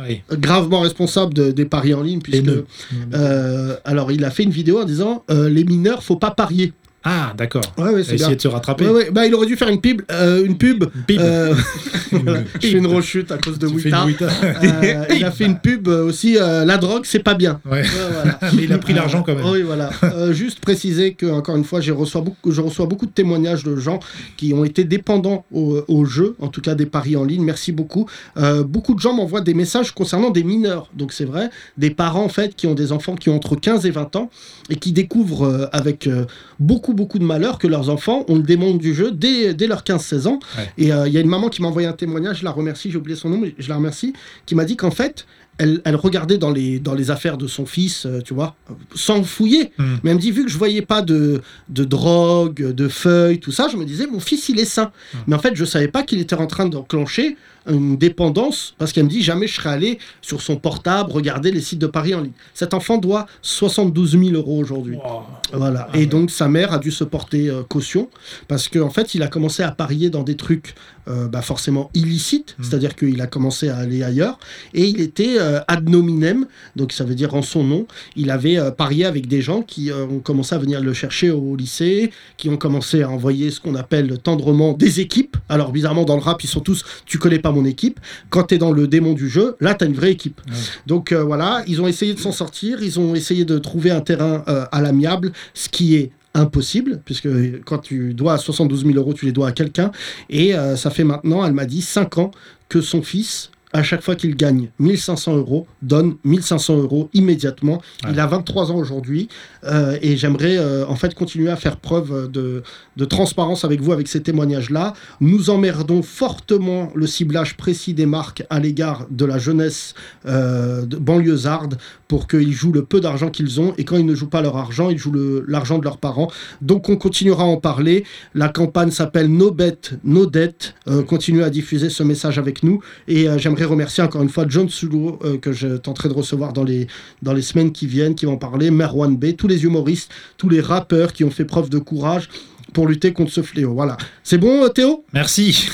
S4: Oui.
S3: gravement responsable de- des paris en ligne, puisque
S4: Haineux.
S3: euh, alors il a fait une vidéo en disant euh, les mineurs, faut pas parier.
S4: Ah, d'accord.
S3: Ouais, ouais, c'est bien.
S4: Essayer de se rattraper.
S3: Ouais, ouais, bah, il aurait dû faire une pub, euh, une pub.
S4: Bim.
S3: Euh, [laughs]
S4: Une-
S3: je fais [laughs] une rechute à cause de
S4: Tu fais une
S3: Wita.
S4: Wita.
S3: Euh, il a fait une pub euh, aussi. euh, la drogue, c'est pas bien. Ouais,
S4: Ouais. [laughs]
S3: voilà.
S4: Mais il a pris l'argent quand même.
S3: Oui, voilà. Euh, juste préciser que, encore une fois, j'ai reçois beaucoup, je reçois beaucoup de témoignages de gens qui ont été dépendants au, au jeu, en tout cas des paris en ligne. Merci beaucoup. Euh, beaucoup de gens m'envoient des messages concernant des mineurs. Donc, c'est vrai, des parents, en fait, qui ont des enfants qui ont entre 15 et 20 ans et qui découvrent euh, avec euh, beaucoup, beaucoup de malheur que leurs enfants ont le démon du jeu dès, dès leurs 15-16 ans.
S4: Ouais.
S3: Et euh, il y a une maman qui m'a envoyé un témoignage, je la remercie, j'ai oublié son nom, mais je la remercie, qui m'a dit qu'en fait, elle, elle regardait dans les, dans les affaires de son fils, euh, tu vois, sans fouiller.
S4: Mm.
S3: Mais elle me dit, vu que je voyais pas de, de drogue, de feuilles, tout ça, je me disais, mon fils, il est sain. Mais en fait, je savais pas qu'il était en train d'enclencher une dépendance, parce qu'elle me dit, jamais je serais allé sur son portable regarder les sites de Paris en ligne. Cet enfant doit 72 000 euros aujourd'hui.
S4: Wow.
S3: Voilà.
S4: Ah
S3: et
S4: ouais.
S3: donc sa mère a dû se porter euh, caution parce qu'en en fait il a commencé à parier dans des trucs euh, bah, forcément illicites,
S4: Mm.
S3: c'est-à-dire qu'il a commencé à aller ailleurs et il était euh, ad nominem, donc ça veut dire en son nom. Il avait euh, parié avec des gens qui euh, ont commencé à venir le chercher au lycée, qui ont commencé à envoyer ce qu'on appelle tendrement des équipes. Alors bizarrement dans le rap ils sont tous tu connais pas mon équipe. Quand t'es dans le démon du jeu, là t'as une vraie équipe.
S4: Ouais.
S3: Donc euh, voilà, ils ont essayé de s'en sortir, ils ont essayé de trouver un terrain euh, à l'amiable, ce qui est impossible, puisque quand tu dois 72 000 euros, tu les dois à quelqu'un. Et euh, ça fait maintenant, elle m'a dit, 5 ans que son fils, à chaque fois qu'il gagne 1500 euros, donne 1500 euros immédiatement. Il
S4: Ouais.
S3: a 23 ans aujourd'hui euh, et j'aimerais euh, en fait continuer à faire preuve euh, de, de transparence avec vous avec ces témoignages-là. Nous emmerdons fortement le ciblage précis des marques à l'égard de la jeunesse euh, de- banlieusarde pour qu'ils jouent le peu d'argent qu'ils ont et quand ils ne jouent pas leur argent, ils jouent le- l'argent de leurs parents. Donc on continuera à en parler. La campagne s'appelle No Bet, No Debt. Euh, continuez à diffuser ce message avec nous et euh, j'aimerais remercier encore une fois John Sulo euh, que je tenterai de recevoir dans les, dans les semaines qui viennent, qui vont parler, Merwan B, tous les humoristes, tous les rappeurs qui ont fait preuve de courage pour lutter contre ce fléau. Voilà. C'est bon euh,
S4: [laughs]
S3: Théo
S4: Merci.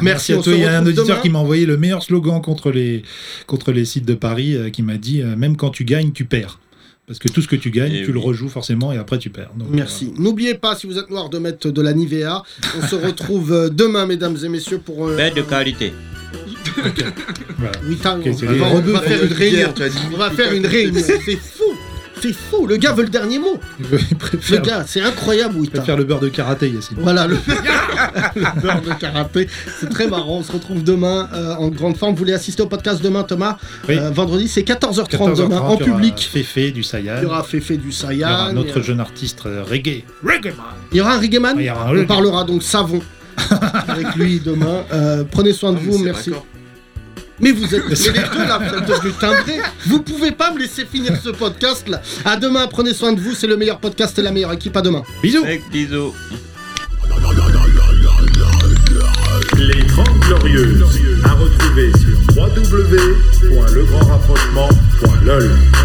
S3: Merci,
S4: à
S3: on
S4: toi.
S3: se
S4: Il y a un
S3: retrouve
S4: auditeur
S3: demain.
S4: qui m'a envoyé le meilleur slogan contre les, contre les sites de Paris, euh, qui m'a dit euh, même quand tu gagnes, tu perds. Parce que tout ce que tu gagnes,
S6: Et
S4: tu
S6: oui.
S4: le rejoues forcément et après tu perds. Donc,
S3: Eh
S4: [laughs]
S3: Merci. N'oubliez pas, si vous êtes noir, de mettre de la Nivea. On se retrouve euh, demain, mesdames et messieurs, pour... euh,
S5: Bête de qualité.
S4: voilà.
S3: Oui, t'as-
S4: Ok, c'est
S3: on, va,
S4: les
S3: on va faire une réunion.
S7: Tu as dit
S3: On va faire une réunion. C'est fou. C'est fou. Le gars veut le dernier mot.
S4: Voilà. Il
S3: Le
S4: préfère,
S3: gars, c'est incroyable,
S4: il
S3: Wita.
S4: préfère le beurre de karaté, Yacine.
S3: Voilà, le, [laughs] le beurre de karaté. C'est très marrant. On se retrouve demain euh, en grande forme. Vous voulez assister au podcast demain, Thomas
S4: Oui.
S3: Euh, Vendredi, c'est 14h30,
S4: 14h30,
S3: demain, en
S4: il y aura
S3: public.
S4: Féfé du Sayan.
S3: Il y aura Féfé du
S4: il y aura
S3: Sayan.
S4: un autre jeune artiste euh, reggae. Reggae man.
S3: Il y aura un reggae man.
S4: Ah, Il y aura un
S3: On
S4: reggae.
S3: parlera donc
S4: [laughs]
S3: savon avec lui demain. Euh, prenez soin
S7: Ah,
S3: de vous. Merci. Mais vous
S4: [laughs]
S3: êtes mais les deux là, vous êtes devenus timbrés. Vous pouvez pas me laisser finir ce podcast là. À demain, prenez soin de vous, c'est le meilleur podcast et la meilleure équipe. À demain.
S4: Bisous.
S5: Avec bisous.
S8: Les 30 Glorieuses, à retrouver sur www.legrandrapprochement.lol.